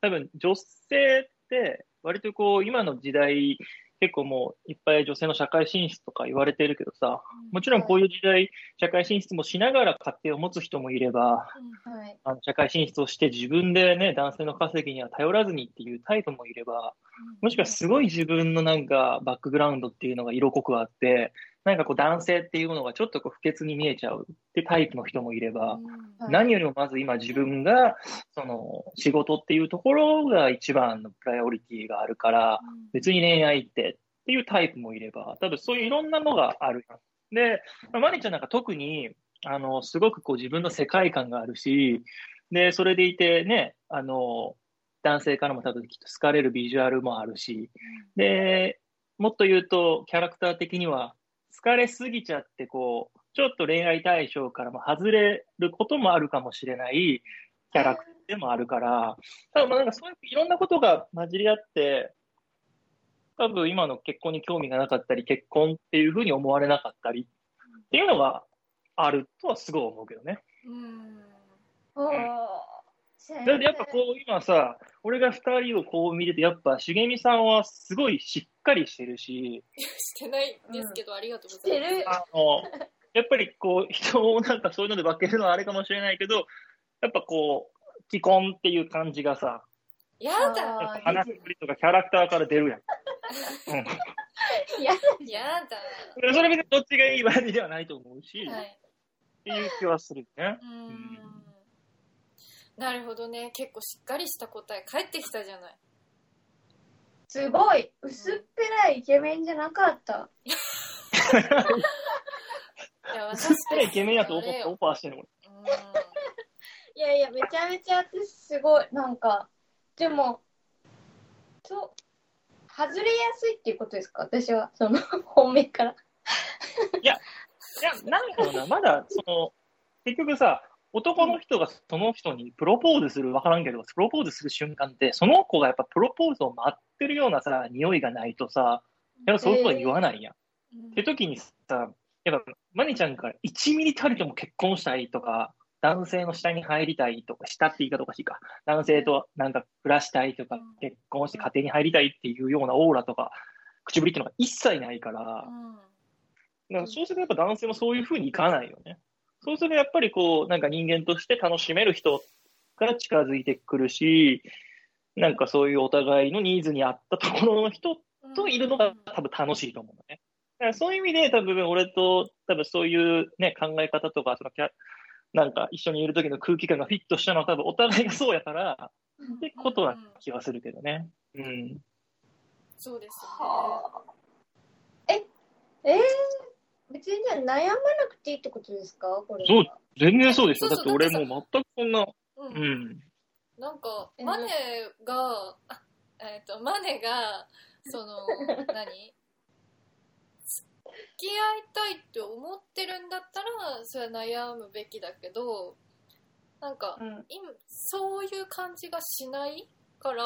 多分女性って、割とこう、今の時代、結構もういっぱい女性の社会進出とか言われてるけどさ、もちろんこういう時代、社会進出もしながら家庭を持つ人もいれば、うん、はい。あの社会進出をして自分でね、男性の稼ぎには頼らずにっていうタイプもいれば、もしかしてすごい自分のなんかバックグラウンドっていうのが色濃くあって、なんかこう男性っていうものがちょっとこう不潔に見えちゃうってタイプの人もいれば、うんはい何よりもまず今自分が、その仕事っていうところが一番のプライオリティがあるから、別に恋愛ってっていうタイプもいれば、多分そういういろんなのがあるやん。で、まあマリちゃんなんか特に、あの、すごくこう自分の世界観があるし、で、それでいてね、あの、男性からも多分きっと好かれるビジュアルもあるし、で、もっと言うと、キャラクター的には、好かれすぎちゃって、こう、ちょっと恋愛対象からも外れることもあるかもしれないキャラクターでもあるから、多分まあなんかそういういろんなことが混じり合って、多分今の結婚に興味がなかったり、結婚っていうふうに思われなかったりっていうのがあるとはすごい思うけどね。うんおー先だってやっぱこう今さ、俺が二人をこう見てて、やっぱ茂みさんはすごいしっかりしてるし、してないんですけど、ありがとうござています。る。あの、やっぱりこう、人をなんかそういうので化けるのはあれかもしれないけど、やっぱこう、既婚っていう感じがさ、やだあー話しぶりとかキャラクターから出るやん。うん嫌だやだでそれ別にどっちがいい悪いではないと思うし、はっい。ていう気はするね。 うーん。なるほどね。結構しっかりした答え返ってきたじゃない。すごい薄っぺらいイケメンじゃなかった。いや、私すっげえイケメンやとオフそれァーオよファーしてるの俺。うーん。いやいや、めちゃめちゃ私すごい、なんか、でも、そう、外れやすいっていうことですか私は、その、 本命から。いや、なんだろうな、まだ、その、結局さ、男の人がその人にプロポーズする、わからんけど、プロポーズする瞬間って、その子がやっぱプロポーズを待ってるようなさ、匂いがないとさ、やっぱそういうことは言わないやん。うんって時にさ、やっぱ、マニちゃんから1ミリたりとも結婚したいとか、男性の下に入りたいとか、下って言い方おかしいか、男性となんか暮らしたいとかうん、結婚して家庭に入りたいっていうようなオーラとか、口ぶりっていうのが一切ないからう、んなんかそうするとやっぱ男性もそういうふうにいかないよね。そうするとやっぱりこう、なんか人間として楽しめる人から近づいてくるし、なんかそういうお互いのニーズに合ったところの人といるのが多分楽しいと思うのね。だからそういう意味で多分俺と多分そういうね、考え方とか、そのキャなんか一緒にいる時の空気感がフィットしたのは多分お互いがそうやから、ってことな気がするけどね。うん。そうですね。はあ。え、えー、別にじゃあ悩まなくていいってことですかこれは。そう全然そうですよそうそうだって俺も全くそんな、う。うんん。なんか、えマネが、あえっ、と、マネが、そ の、何付き合いたいって思ってるんだったら、それは悩むべきだけど、なんか、うん。今、そういう感じがしないから、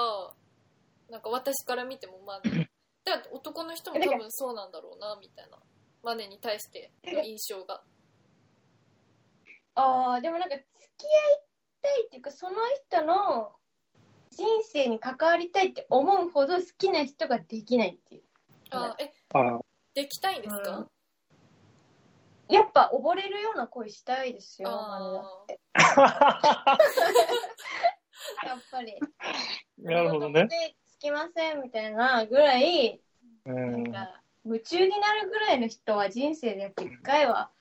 なんか私から見ても マネ。だから男の人も多分そうなんだろうな、みたいな。マネに対しての印象が。ああ、でもなんか付き合いたいっていうか、その人の人生に関わりたいって思うほど好きな人ができないっていう。あえ、あできたいんですか、うんやっぱ溺れるような恋したいですよ、あーマネはやっぱり。なるほどね。で、つきませんみたいなぐらい、うん。なんか夢中になるぐらいの人は人生でやっぱ一回は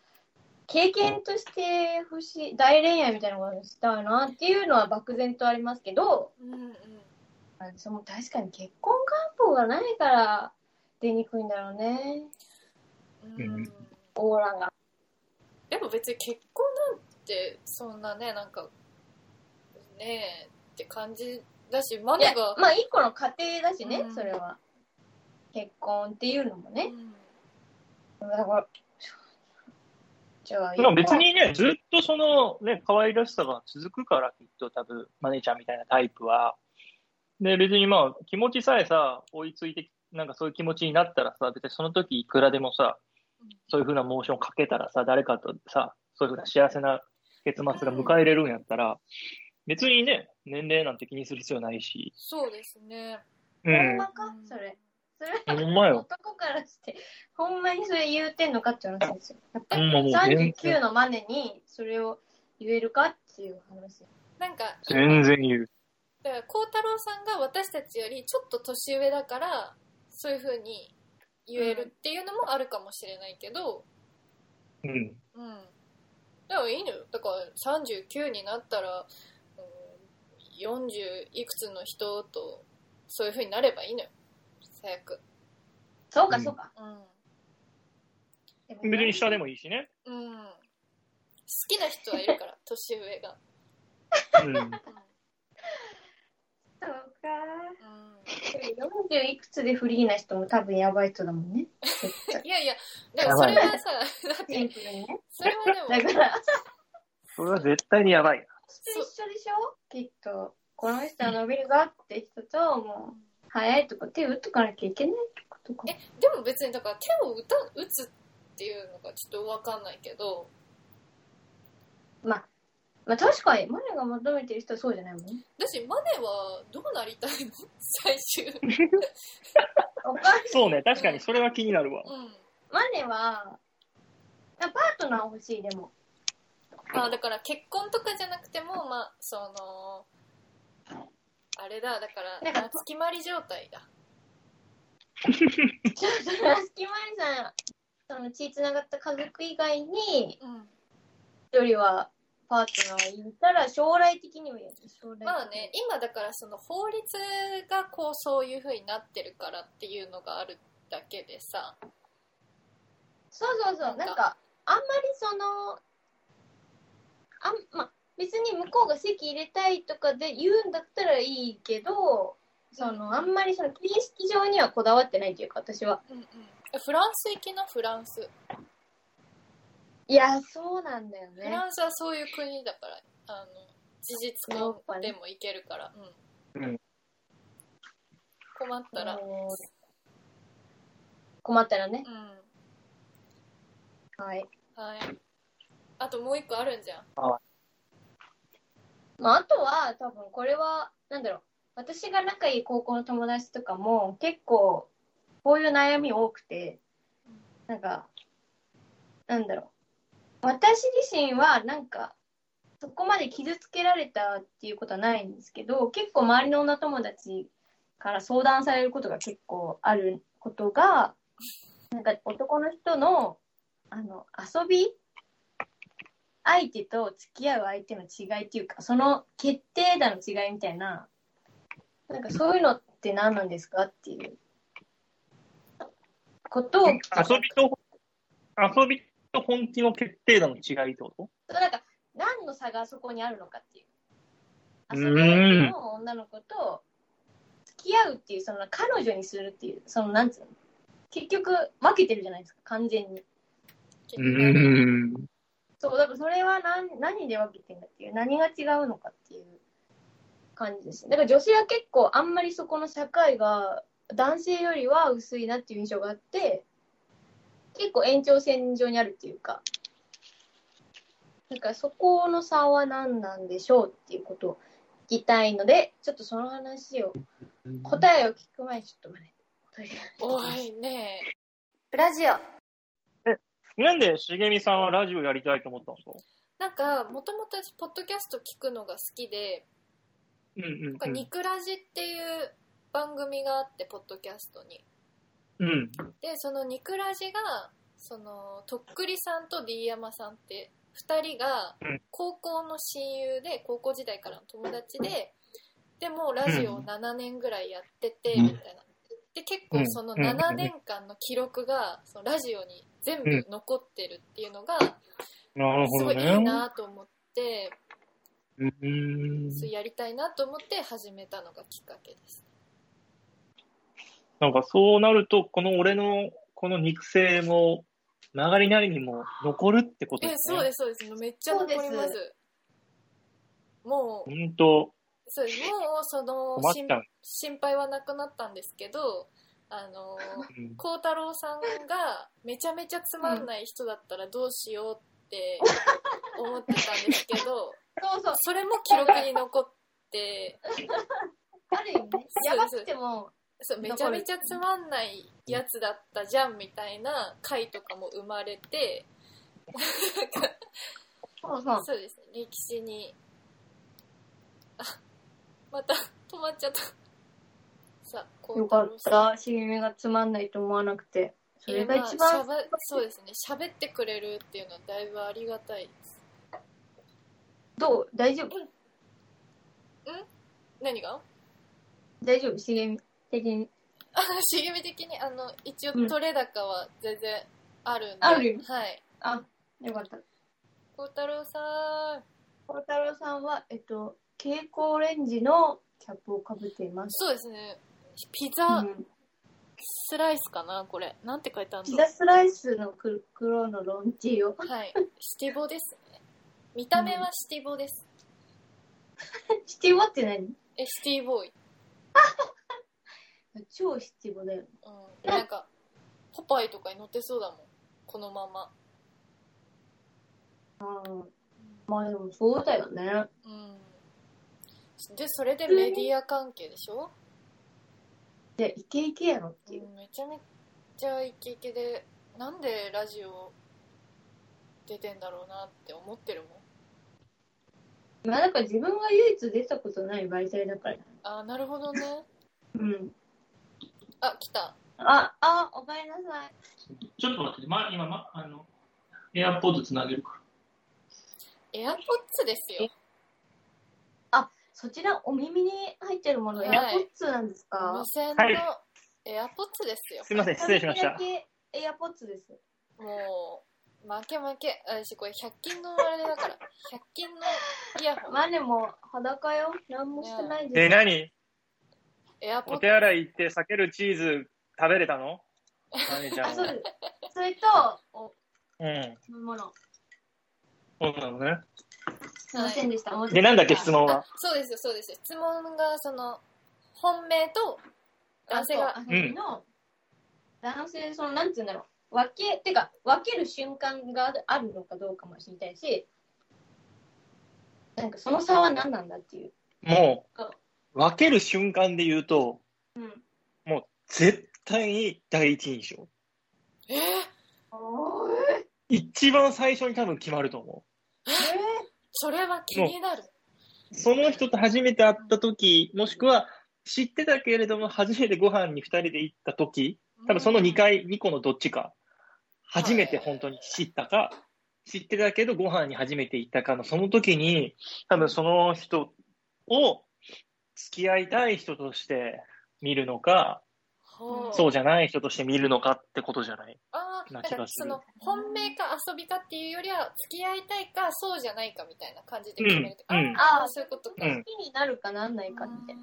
経験としてほしい大恋愛みたいなことをしたいなっていうのは漠然とありますけどうんうん。あその確かに結婚願望がないから出にくいんだろうねううんんオーラがでも別に結婚なんてそんなねなんかねえって感じだしマいやネが、まあ一個の過程だしね、うんそれは結婚っていうのもうねんだからじゃあでも別にね、ずっとそのね、可愛らしさが続くから、きっと多分、マネちゃんみたいなタイプは。で、別にまあ、気持ちさえさ、追いついて、なんかそういう気持ちになったらさ、別にその時いくらでもさうん、そういう風なモーションかけたらさ、誰かとさ、そういう風な幸せな結末が迎えれるんやったら、別にね、年齢なんて気にする必要ないし。そうですねうほんん。まかそれそれほんまよ。男からしてほんまにそれ言うてんのかって話ですよやっぱほりんまもう全39然、のマネにそれを言えるかっていう話なんか全然言う。だから孝太郎さんが私たちよりちょっと年上だからそういうふうに言えるっていうのもあるかもしれないけどうん。うん、でもいいのよだから39になったら、うん、40いくつの人とそういうふうになればいいのよ最悪そうかうんそうか、うんでも別に下でもいいしね。うん好きな人はいるから年上が、うん。そうかうん40いくつでフリーな人も多分やばい人だも んね絶対いやいやでもそれはさだっシンてプルにねそれはでだもからそれは絶対にやばい。一緒でしょきっとこの人は伸びるぞって人ともう早いとこ手打っとかなきゃいけないってことかえでも別にだから手を打た打つっていうのがちょっと分かんないけどまあまあ確かに、マネが求めてる人はそうじゃないもんね。だしマネはどうなりたいの 最終うんおかそうね、確かにそれは気になるわ。マネは、あパートナー欲しい、でも。まあだから結婚とかじゃなくてもまあそのあれだだからなんかまあ付きまり状態だちょっと、ラスキマリさん、その血繋がった家族以外に、うん一人はパートナーいたら、将来的にもいいよね将来的にまあね、今だからその法律がこうそういう風になってるからっていうのがあるだけでさ、そうそうそう、なんか、あんまりその、あんま、別に向こうが席入れたいとかで言うんだったらいいけど、その、あんまりその、形式上にはこだわってないというか、私は。うんうん、フランス行きなフランスいや、そうなんだよフね。ランスはそういう国だからあの事実婚でも行けるから、うんうん困ったら、うん困ったらね。うん、はい。はいあともう一個あるんじゃんまあ、あとは、多分これは、なんだろう。私が仲いい高校の友達とかも、結構、こういう悩み多くて、なんか、なんだろう。私自身は、なんか、そこまで傷つけられたっていうことはないんですけど、結構周りの女友達から相談されることが結構あることが、なんか男の人の、あの、遊び相手と付き合う相手の違いっていうかその決定打の違いみたいななんかそういうのって何なんですかっていうことを聞きたい遊びと、遊びと本気の決定打の違いってことそうなんか何の差がそこにあるのかっていうう遊ーんび相手の女の子と付き合うっていうその彼女にするっていうそのなんつうの結局分けてるじゃないですか完全に結う構ん。そうだからそれは何何で分けてんだっていう何が違うのかっていう感じですねだから女性は結構あんまりそこの社会が男性よりは薄いなっていう印象があって結構延長線上にあるっていうかだからそこの差は何なんでしょうっていうことを聞きたいのでちょっとその話を答えを聞く前にちょっと待ってとりあえずおいねえブラジオ。なんで、しげみさんはラジオやりたいと思ったんですかなんかもともと私ポッドキャスト聞くのが好きでうんうんなんか肉ラジっていう番組があってポッドキャストにうん。うん。でそのニクラジがそのとっくりさんと D 山さんって2人がうん高校の親友で高校時代からの友達ででもうラジオを7年ぐらいやっててうんみたいなで結構そのうんうん7年間の記録がそのラジオに全う部ん残ってるっていうのがなるほすどごいね。いいなと思ってうん。そうやりたいなと思って始めたのがきっかけですなんかそうなると、この俺の、この肉声も、曲がりなりにも残るってことえですね。そうですそうですめっちゃ残りそうまですもう本当、そうですもうその困っ心ちゃう。心配はなくなったんですけどあのうん孝太郎さんがめちゃめちゃつまんない人だったらどうしようって思ってたんですけど そうそうそれも記録に残ってある意味ねやばくてもそうめちゃめちゃつまんないやつだったじゃんみたいな回とかも生まれてそうそうそうですね歴史にあまた止まっちゃったさあ孝よ太か郎っさんた。茂みがつまんないと思わなくて。それが一いや番。まあしゃべそうですね喋ってくれるっていうのはだいぶありがたいですどう大丈夫何が 大丈夫茂み的に。あ茂み的にあの一応うん取れ高は全然あるんで、あるはいあ、よかった。孝太郎さん孝太郎さんは、えっと、蛍光オレンジのキャップをかぶっています。そうですねピうザん、スライスかなこれなんて書いてあるピのザスライスのく黒のロンチを。はいシティボですね見た目はシティボです、シティボって何えシティボーイ、超シティボだよね。うん、なんかポパイとかに乗ってそうだもんこのままあーまあでもそうだよね。うん。で、それでメディア関係でしょ、で、イケイケやろってういう。ん、めちゃめちゃイケイケで、なんでラジオ出てんだろうなって思ってるもん。まあなんか自分が唯一出たことない媒体だから。あー、なるほ どね。うん。あ、来た。あ、あ、おかえりなさい。ちょっと待って、ま、今、ま、あの、エアポードつなげるかエアポッツですよ。そちらお耳に入ってるもの、はいエアポッツなんですか無線はのいエアポッツですよら。。すいません、失礼しました髪の。毛エアポッツです。もう、負け負け。あ私、これ100均のあれだ から。100均のイヤホン。まあでも裸よ。何もしてないえ、です。何エアポおッツ手。洗い行って避けるチーズ食べれたのマネちゃあ、んそうはです。それと、お、うん。飲み物。そうなのね。すいませんでした。申し訳なで、ないんだっけ、質問は。そうですよ、そうですよ。質問が、その、本命と男性があとあの男性そのなんて言うんだろう分けてか分ける瞬間があるあるのかどうかも知りたいしなんかその差は何なんだっていうもう、分ける瞬間で言うと、うんもう、絶対に第一印象。えー、一番最初に多分決まると思それは気になる。う。その人と初めて会った時、もしくは、知ってたけれども、初めてご飯に二人で行った時、多分その2回、2個のどっちか、初めて本当に知ったか、知ってたけどご飯に初めて行ったかの、その時に、多分その人を付き合いたい人として見るのか、ほうそうじゃない人として見るのかってことじゃない。ああ、なだ気かがらすそるの本命か遊びかっていうよりは、付き合いたいか、そうじゃないかみたいな感じで決めるとか。うんああ、そういうことか。う好んきになるかなんないかみたいな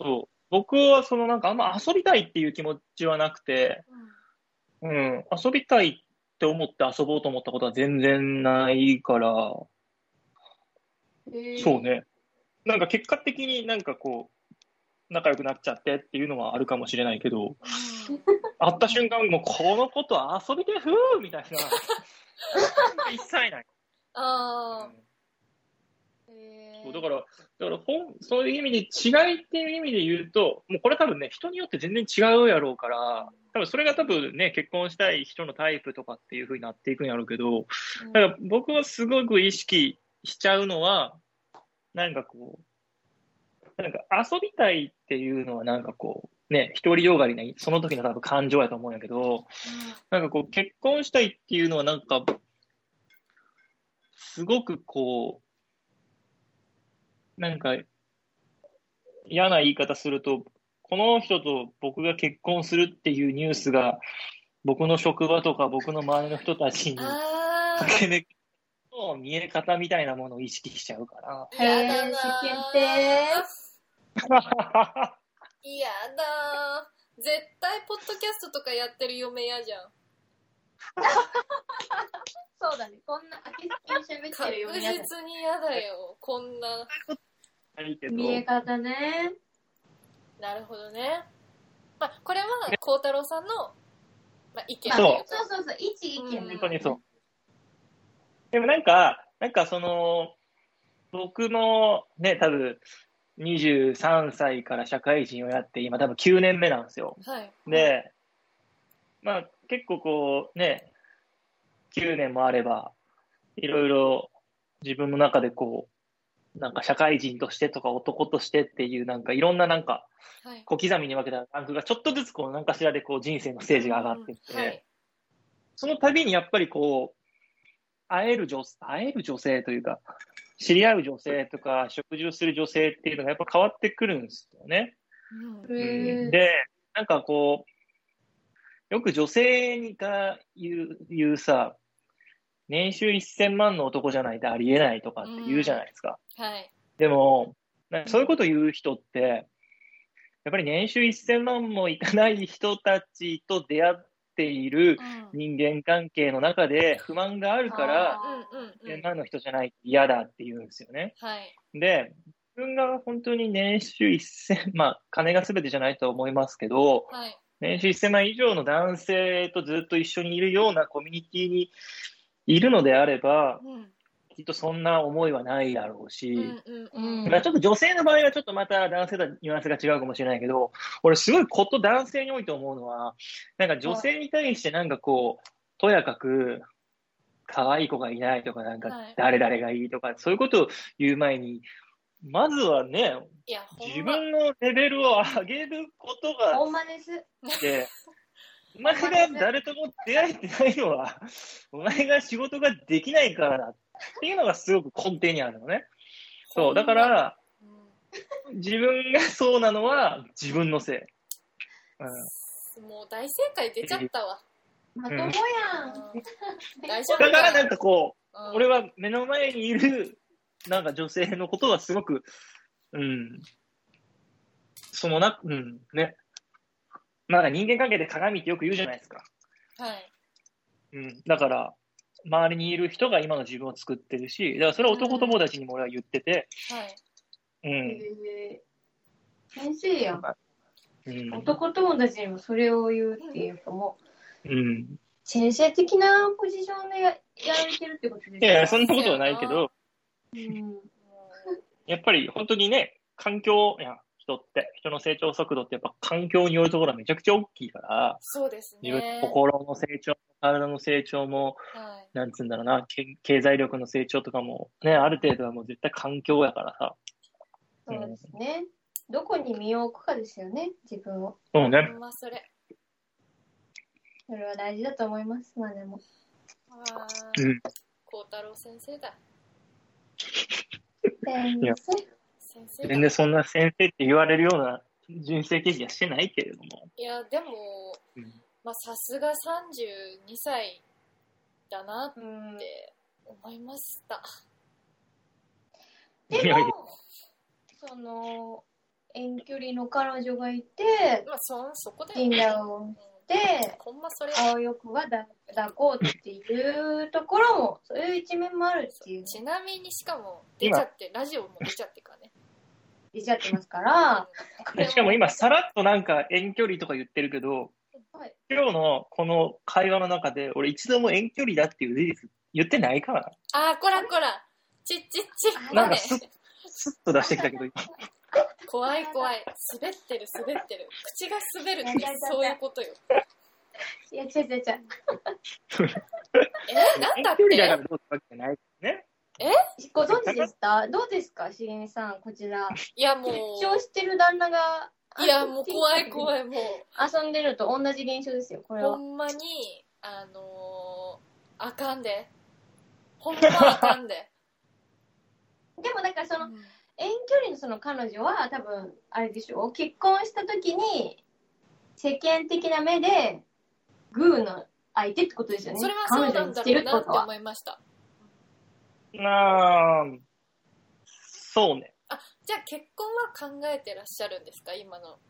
そう。僕はそのなんかあんま遊びたいっていう気持ちはなくて、うんうん、遊びたいって思って遊ぼうと思ったことは全然ないから、そうね。なんか結果的になんかこう、仲良くなっちゃってっていうのはあるかもしれないけど、会った瞬間、もうこの子と遊びてふーみたいな。一切ない。ああ、そうだから、だから本、そういう意味で違いっていう意味で言うと、もうこれ多分ね、人によって全然違うやろうから、多分それが多分ね、結婚したい人のタイプとかっていう風になっていくんやろうけど、だから僕はすごく意識しちゃうのは、なんかこう、なんか遊びたいっていうのはなんかこう、ね、独りよがりな、その時の多分感情やと思うんやけど、なんかこう、結婚したいっていうのはなんか、すごくこう、なんか、嫌な言い方すると、この人と僕が結婚するっていうニュースが、僕の職場とか僕の周りの人たちにあ駆け抜けの見え方みたいなものを意識しちゃうかあ、やだなへえ世間体 ら。いやだー絶対ポッドキャストとかやってる嫁やじゃんそうだねこんな開けすきに喋って確るような実にやだよこんなないけど見え方ねなるほどねまあこれは孝太郎さんの、まあ、意見まあそうそうそうそう一意見うん本当にそう。でもなんか、なんかその、僕もね、多分23歳から社会人をやって、今多分9年目なんですよ。はいで、まあ結構こうね、9年もあれば、いろいろ自分の中でこう、なんか社会人としてとか男としてっていうなんかいろんななんかはい小刻みに分けたランクがちょっとずつこう何かしらでこう人生のステージが上がってって、うんはいその度にやっぱりこう、会える女、会える女性というか、知り合う女性とか、食事をする女性っていうのがやっぱ変わってくるんですよね。うんへえで、なんかこう、よく女性が言う言うさ、年収1000万の男じゃないとありえないとかって言うじゃないですか。はいでも、なんかそういうこと言う人って、やっぱり年収1000万もいかない人たちと出会っているうん人間関係の中で不満があるから、うんうんう1000ん万の人じゃないと嫌だって言うんですよね。はいで、自分が本当に年収1000、まあ、金が全てじゃないとは思いますけど、はい年収1000万以上の男性とずっと一緒にいるようなコミュニティにいるのであれば、うんきっとそんな思いはないだろうし、うんうんうん まあ、ちょっと女性の場合はちょっとまた男性とはニュアンスが違うかもしれないけど、俺すごいこと男性において思うのは、なんか女性に対してなんかこう、とやかく、可愛い子がいないとか、なんかはい誰々がいいとか、そういうことを言う前に、まずはね、いやほ自んま分のレベルを上げることがほんまです。って、お前が誰とも出会えてないのは、お前が仕事ができないからだっていうのがすごく根底にあるのね。そう、だから、うん自分がそうなのは自分のせい。うもう大正解出ちゃったわ。まともやん。大丈夫ん、だからなんかこう、うん俺は目の前にいる、なんか女性のことはすごく、うん、そのな、うん、ね。なんか人間関係で鏡ってよく言うじゃないですか。はい。うん、だから、周りにいる人が今の自分を作ってるし、だからそれは男友達にも俺は言ってて、はい。うん。へー先生やん。うん。男友達にもそれを言うっていうかもう、うん、先生的なポジションでやられてるってことですいやいや、そんなことはないけど、うんやっぱり本当にね、環境、いや、人って、人の成長速度ってやっぱ環境によるところはめちゃくちゃ大きいから、そうですね。自分の心の成長、体の成長も、はい。なんつうんだろうな、け経済力の成長とかも、ね、ある程度はもう絶対環境やからさ。そうですね。どこに身を置くかですよね、自分を。そうねほ。んまそれ。それは大事だと思います、まあでも。ああ。うん孝太郎先生だ。先いや生先生だ。全然そんな先生って言われるような人生経験はしてないけれども。いや、でもうん、まあさすが32歳だなっうんて思いました。いでやいやも、その、遠距離の彼女がいて、まあそん、そこだよ診ね。断をうんして、ほんまそれ。青よくは抱抱こうっていうところも、そういう一面もあるっていう、ちなみにしかも出ちゃって、ラジオも出ちゃってからね。出ちゃってますから、でしかも今、さらっとなんか遠距離とか言ってるけど、はい今日のこの会話の中で、俺一度も遠距離だっていう事実言ってないからな。あー、こらこら。ちっちっち。なんかスッ、スッと出してきたけど、今怖い怖い滑ってる滑ってる口が滑るってそういうことよいや、違う違う違う。え なんだっ遠距離てだからどうってわけじゃない。ね。ご存知でしたどうですかしげみさん、こちら。いやも主張うしてる旦那が。いやもう怖いい。怖いも遊んでるのと同じ現象ですよ、こうれほは。んまにあのー、あかんでほんまあかんで、でもだからその、うん遠距離のその彼女は多分、あれでしょ結婚した時に、世間的な目で、グーの相手ってことですよね。それはそう彼な女んにだしてろるっうてなこってとは。思いましたなあ、そうね。あじゃあ結婚は考えてらっしゃるんですか今の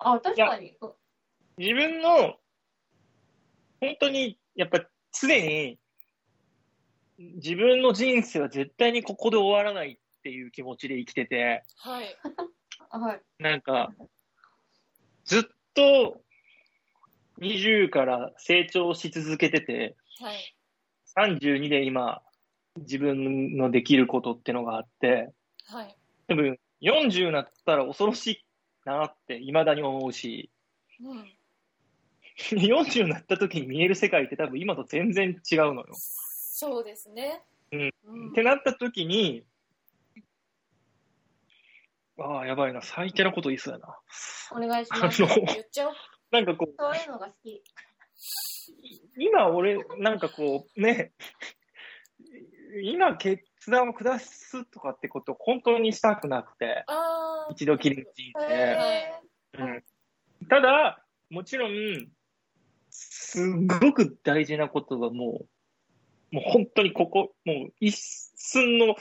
あ、確かに。自分の、本当に、やっぱ、常に、自分の人生は絶対にここで終わらないっていう気持ちで生きてて、はいあはい。なんか、ずっと20から成長し続けてて、はい32で今、自分のできることってのがあって、はい多分40になったら恐ろしいなって未だに思うし、 うん40になった時に見える世界って多分今と全然違うのよ。そうですねうんうんってなった時に、ああ、やばいな、最低なこと言いそうやな。お願いしあます。の、言っちゃおうなんかこう、そういうのが好き。今俺、なんかこう、ね、 今決断を下すとかってことを本当にしたくなくて、あー一度きりの人生。へうん、ただ、もちろん、すごく大事なことはもう、もう本当にここ、もう一寸の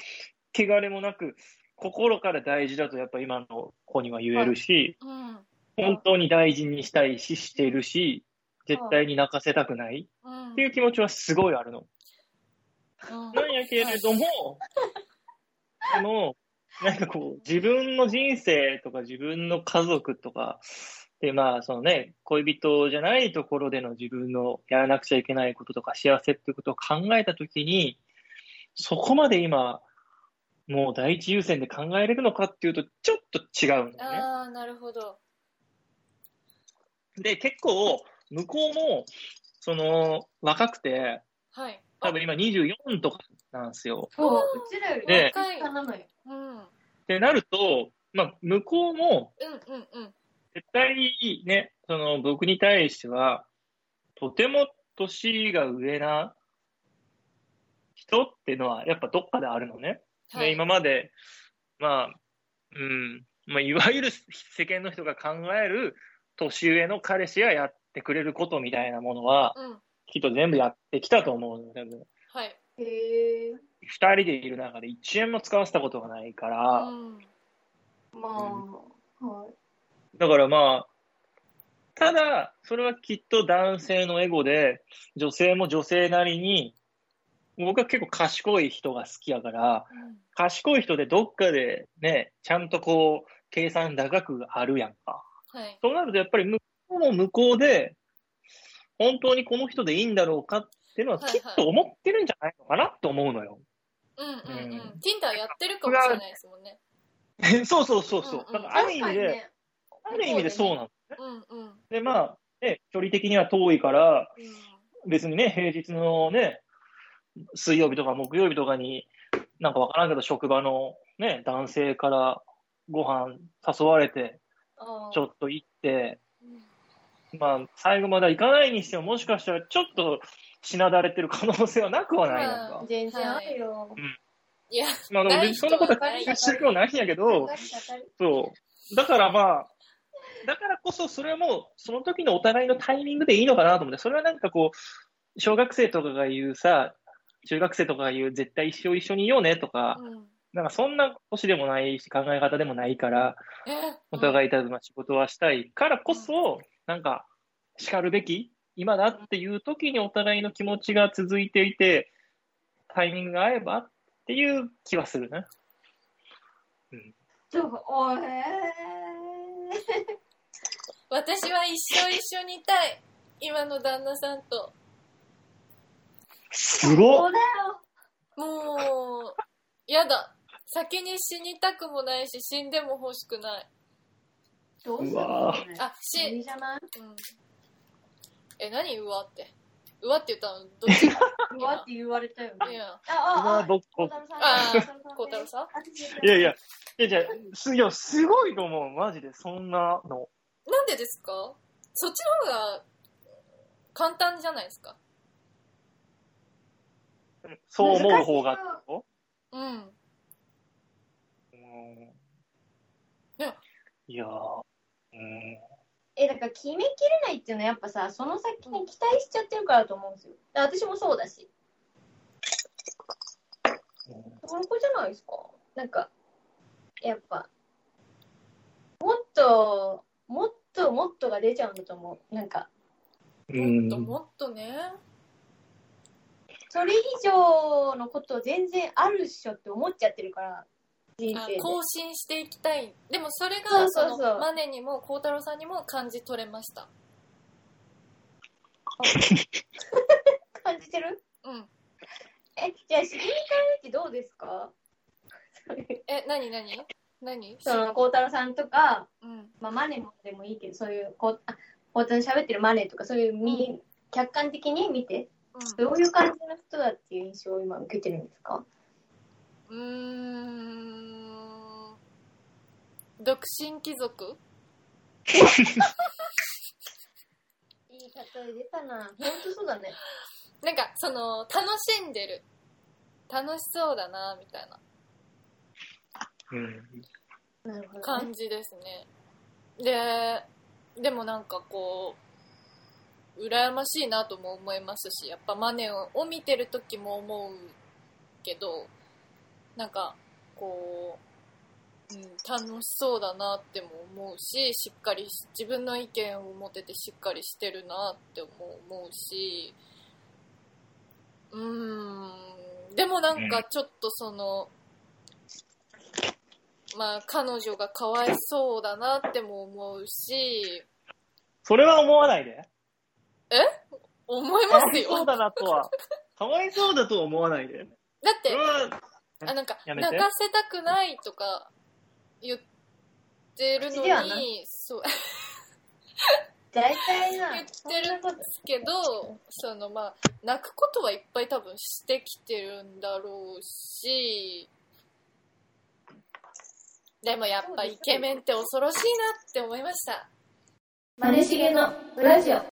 汚れもなく、心から大事だとやっぱ今の子には言えるし、うん本当に大事にしたいし、しているし、絶対に泣かせたくないうんっていう気持ちはすごいあるの。うんなんやけれども、その、なんかこう、自分の人生とか自分の家族とか、で、まあ、そのね、恋人じゃないところでの自分のやらなくちゃいけないこととか幸せっていうことを考えたときに、そこまで今、もう第一優先で考えれるのかっていうと、ちょっと違うんだよね。ああ、なるほど。で、結構、向こうも、その、若くて、はい。多分今24とかなんですよ。そう、うちらよりで若いなのよ。うん。うんってなると、まあ、向こうも、うんうん。絶対にね、その、僕に対しては、とても年が上な人っていうのは、やっぱどっかであるのね。はでい、今まで、まあ、うん、まあ、いわゆる世間の人が考える年上の彼氏がやってくれることみたいなものは、うん。きっと全部やってきたと思うのよ。はい。へえ。二人でいる中で一円も使わせたことがないかうら、ん。まあ、はい。だからまあ、ただ、それはきっと男性のエゴで、女性も女性なりに、僕は結構賢い人が好きやから、うん賢い人でどっかでね、ちゃんとこう、計算高くあるやんか。はい。そうなるとやっぱり向こうも向こうで、本当にこの人でいいんだろうかっていうのははいはきいっと思ってるんじゃないのかなと思うのよ。 うんうんうん。うん Tinder やってるかもしれないですもんね。そうそうそうそう。うんうんだからある意味で、ね、ある意味でそうなの。うんうん。うん。で、まあ、ね、距離的には遠いから、別にね、平日のね、水曜日とか木曜日とかに、なんかわからんけど、職場のね、男性からご飯誘われて、あーちょっと行って、うんまあ、最後までは行かないにしても、もしかしたらちょっと、しなだれてる可能性はなくはないなんか。全然あるよ。いや、まあ、でも別にそんなことない人はないは知ることないんやけど、そう。だからまあ、だからこそそれはもう、その時のお互いのタイミングでいいのかなと思って、それはなんかこう、小学生とかが言うさ、中学生とかが言う、絶対一生一緒にいようねとか、うん。なんかそんな年でもないし、考え方でもないから、えーお互いたずま仕事はしたいからこそ、なんか、叱るべき、今だっていう時にお互いの気持ちが続いていて、タイミングが合えばっていう気はするね。ちょ、おえ私は一生一緒にいたい。今の旦那さんと。すー。ごそっうだよ。もう、やだ。先に死にたくもないし、死んでも欲しくない。どうするうわのあ、死、いいじゃないうん。え、何うわって。うわって言ったのどっちか。うわって言われたよいね。 や、あ、あ、あ、僕孝太郎さん。あー孝孝太郎さんいやいや、いやじゃあすいやすごいと思う、マジで、そんなの。なんでですかそっちの方が簡単じゃないですか。そう思う方が。うん。うんねいやー、うん、え、だから決めきれないっていうのはやっぱさ、その先に期待しちゃってるからだと思うんですよ。だから私もそうだし。そこじゃないですか。なんか、やっぱ、もっと、もっともっとが出ちゃうんだと思う。なんか、うんもっともっとね。それ以上のこと全然あるっしょって思っちゃってるから、人あ生で。更新していきたい。でもそれが、そそうそうそうの、マネにも、孝太郎さんにも感じ取れました。感じてるうん。え、じゃあ、しきりに考えてどうですか それえ、何何何その、孝太郎さんとか、うん。まあ、マネもでもいいけど、そういう、こう、あ、孝太郎さん喋ってるマネとか、そういう、み、客観的に見て、うんどういう感じの人だっていう印象を今受けてるんですかうーん独身貴族いい例え出たな。本当そうだね。なんかその楽しんでる楽しそうだなみたいなうんなるほど、ね。感じですねででもなんかこう羨ましいなとも思いますしやっぱマネをを見てる時も思うけどなんかこう、うん、楽しそうだなっても思うししっかりし自分の意見を持ててしっかりしてるなっても思うしうーんでもなんかちょっとその、まあ彼女がかわいそうだなっても思うしそれは思わないで。思いかまわすいそうよだなとは。かわいそうだとは思わないで。だって、うんあなんかや泣めてかせたくないとか言ってるの口ではなにそう大体な言っ、そんなことけどそのまあ泣くことはいっぱい多分してきてるんだろうしでもやっぱイケメンって恐ろしいなって思いました。マネしげのウラジオ。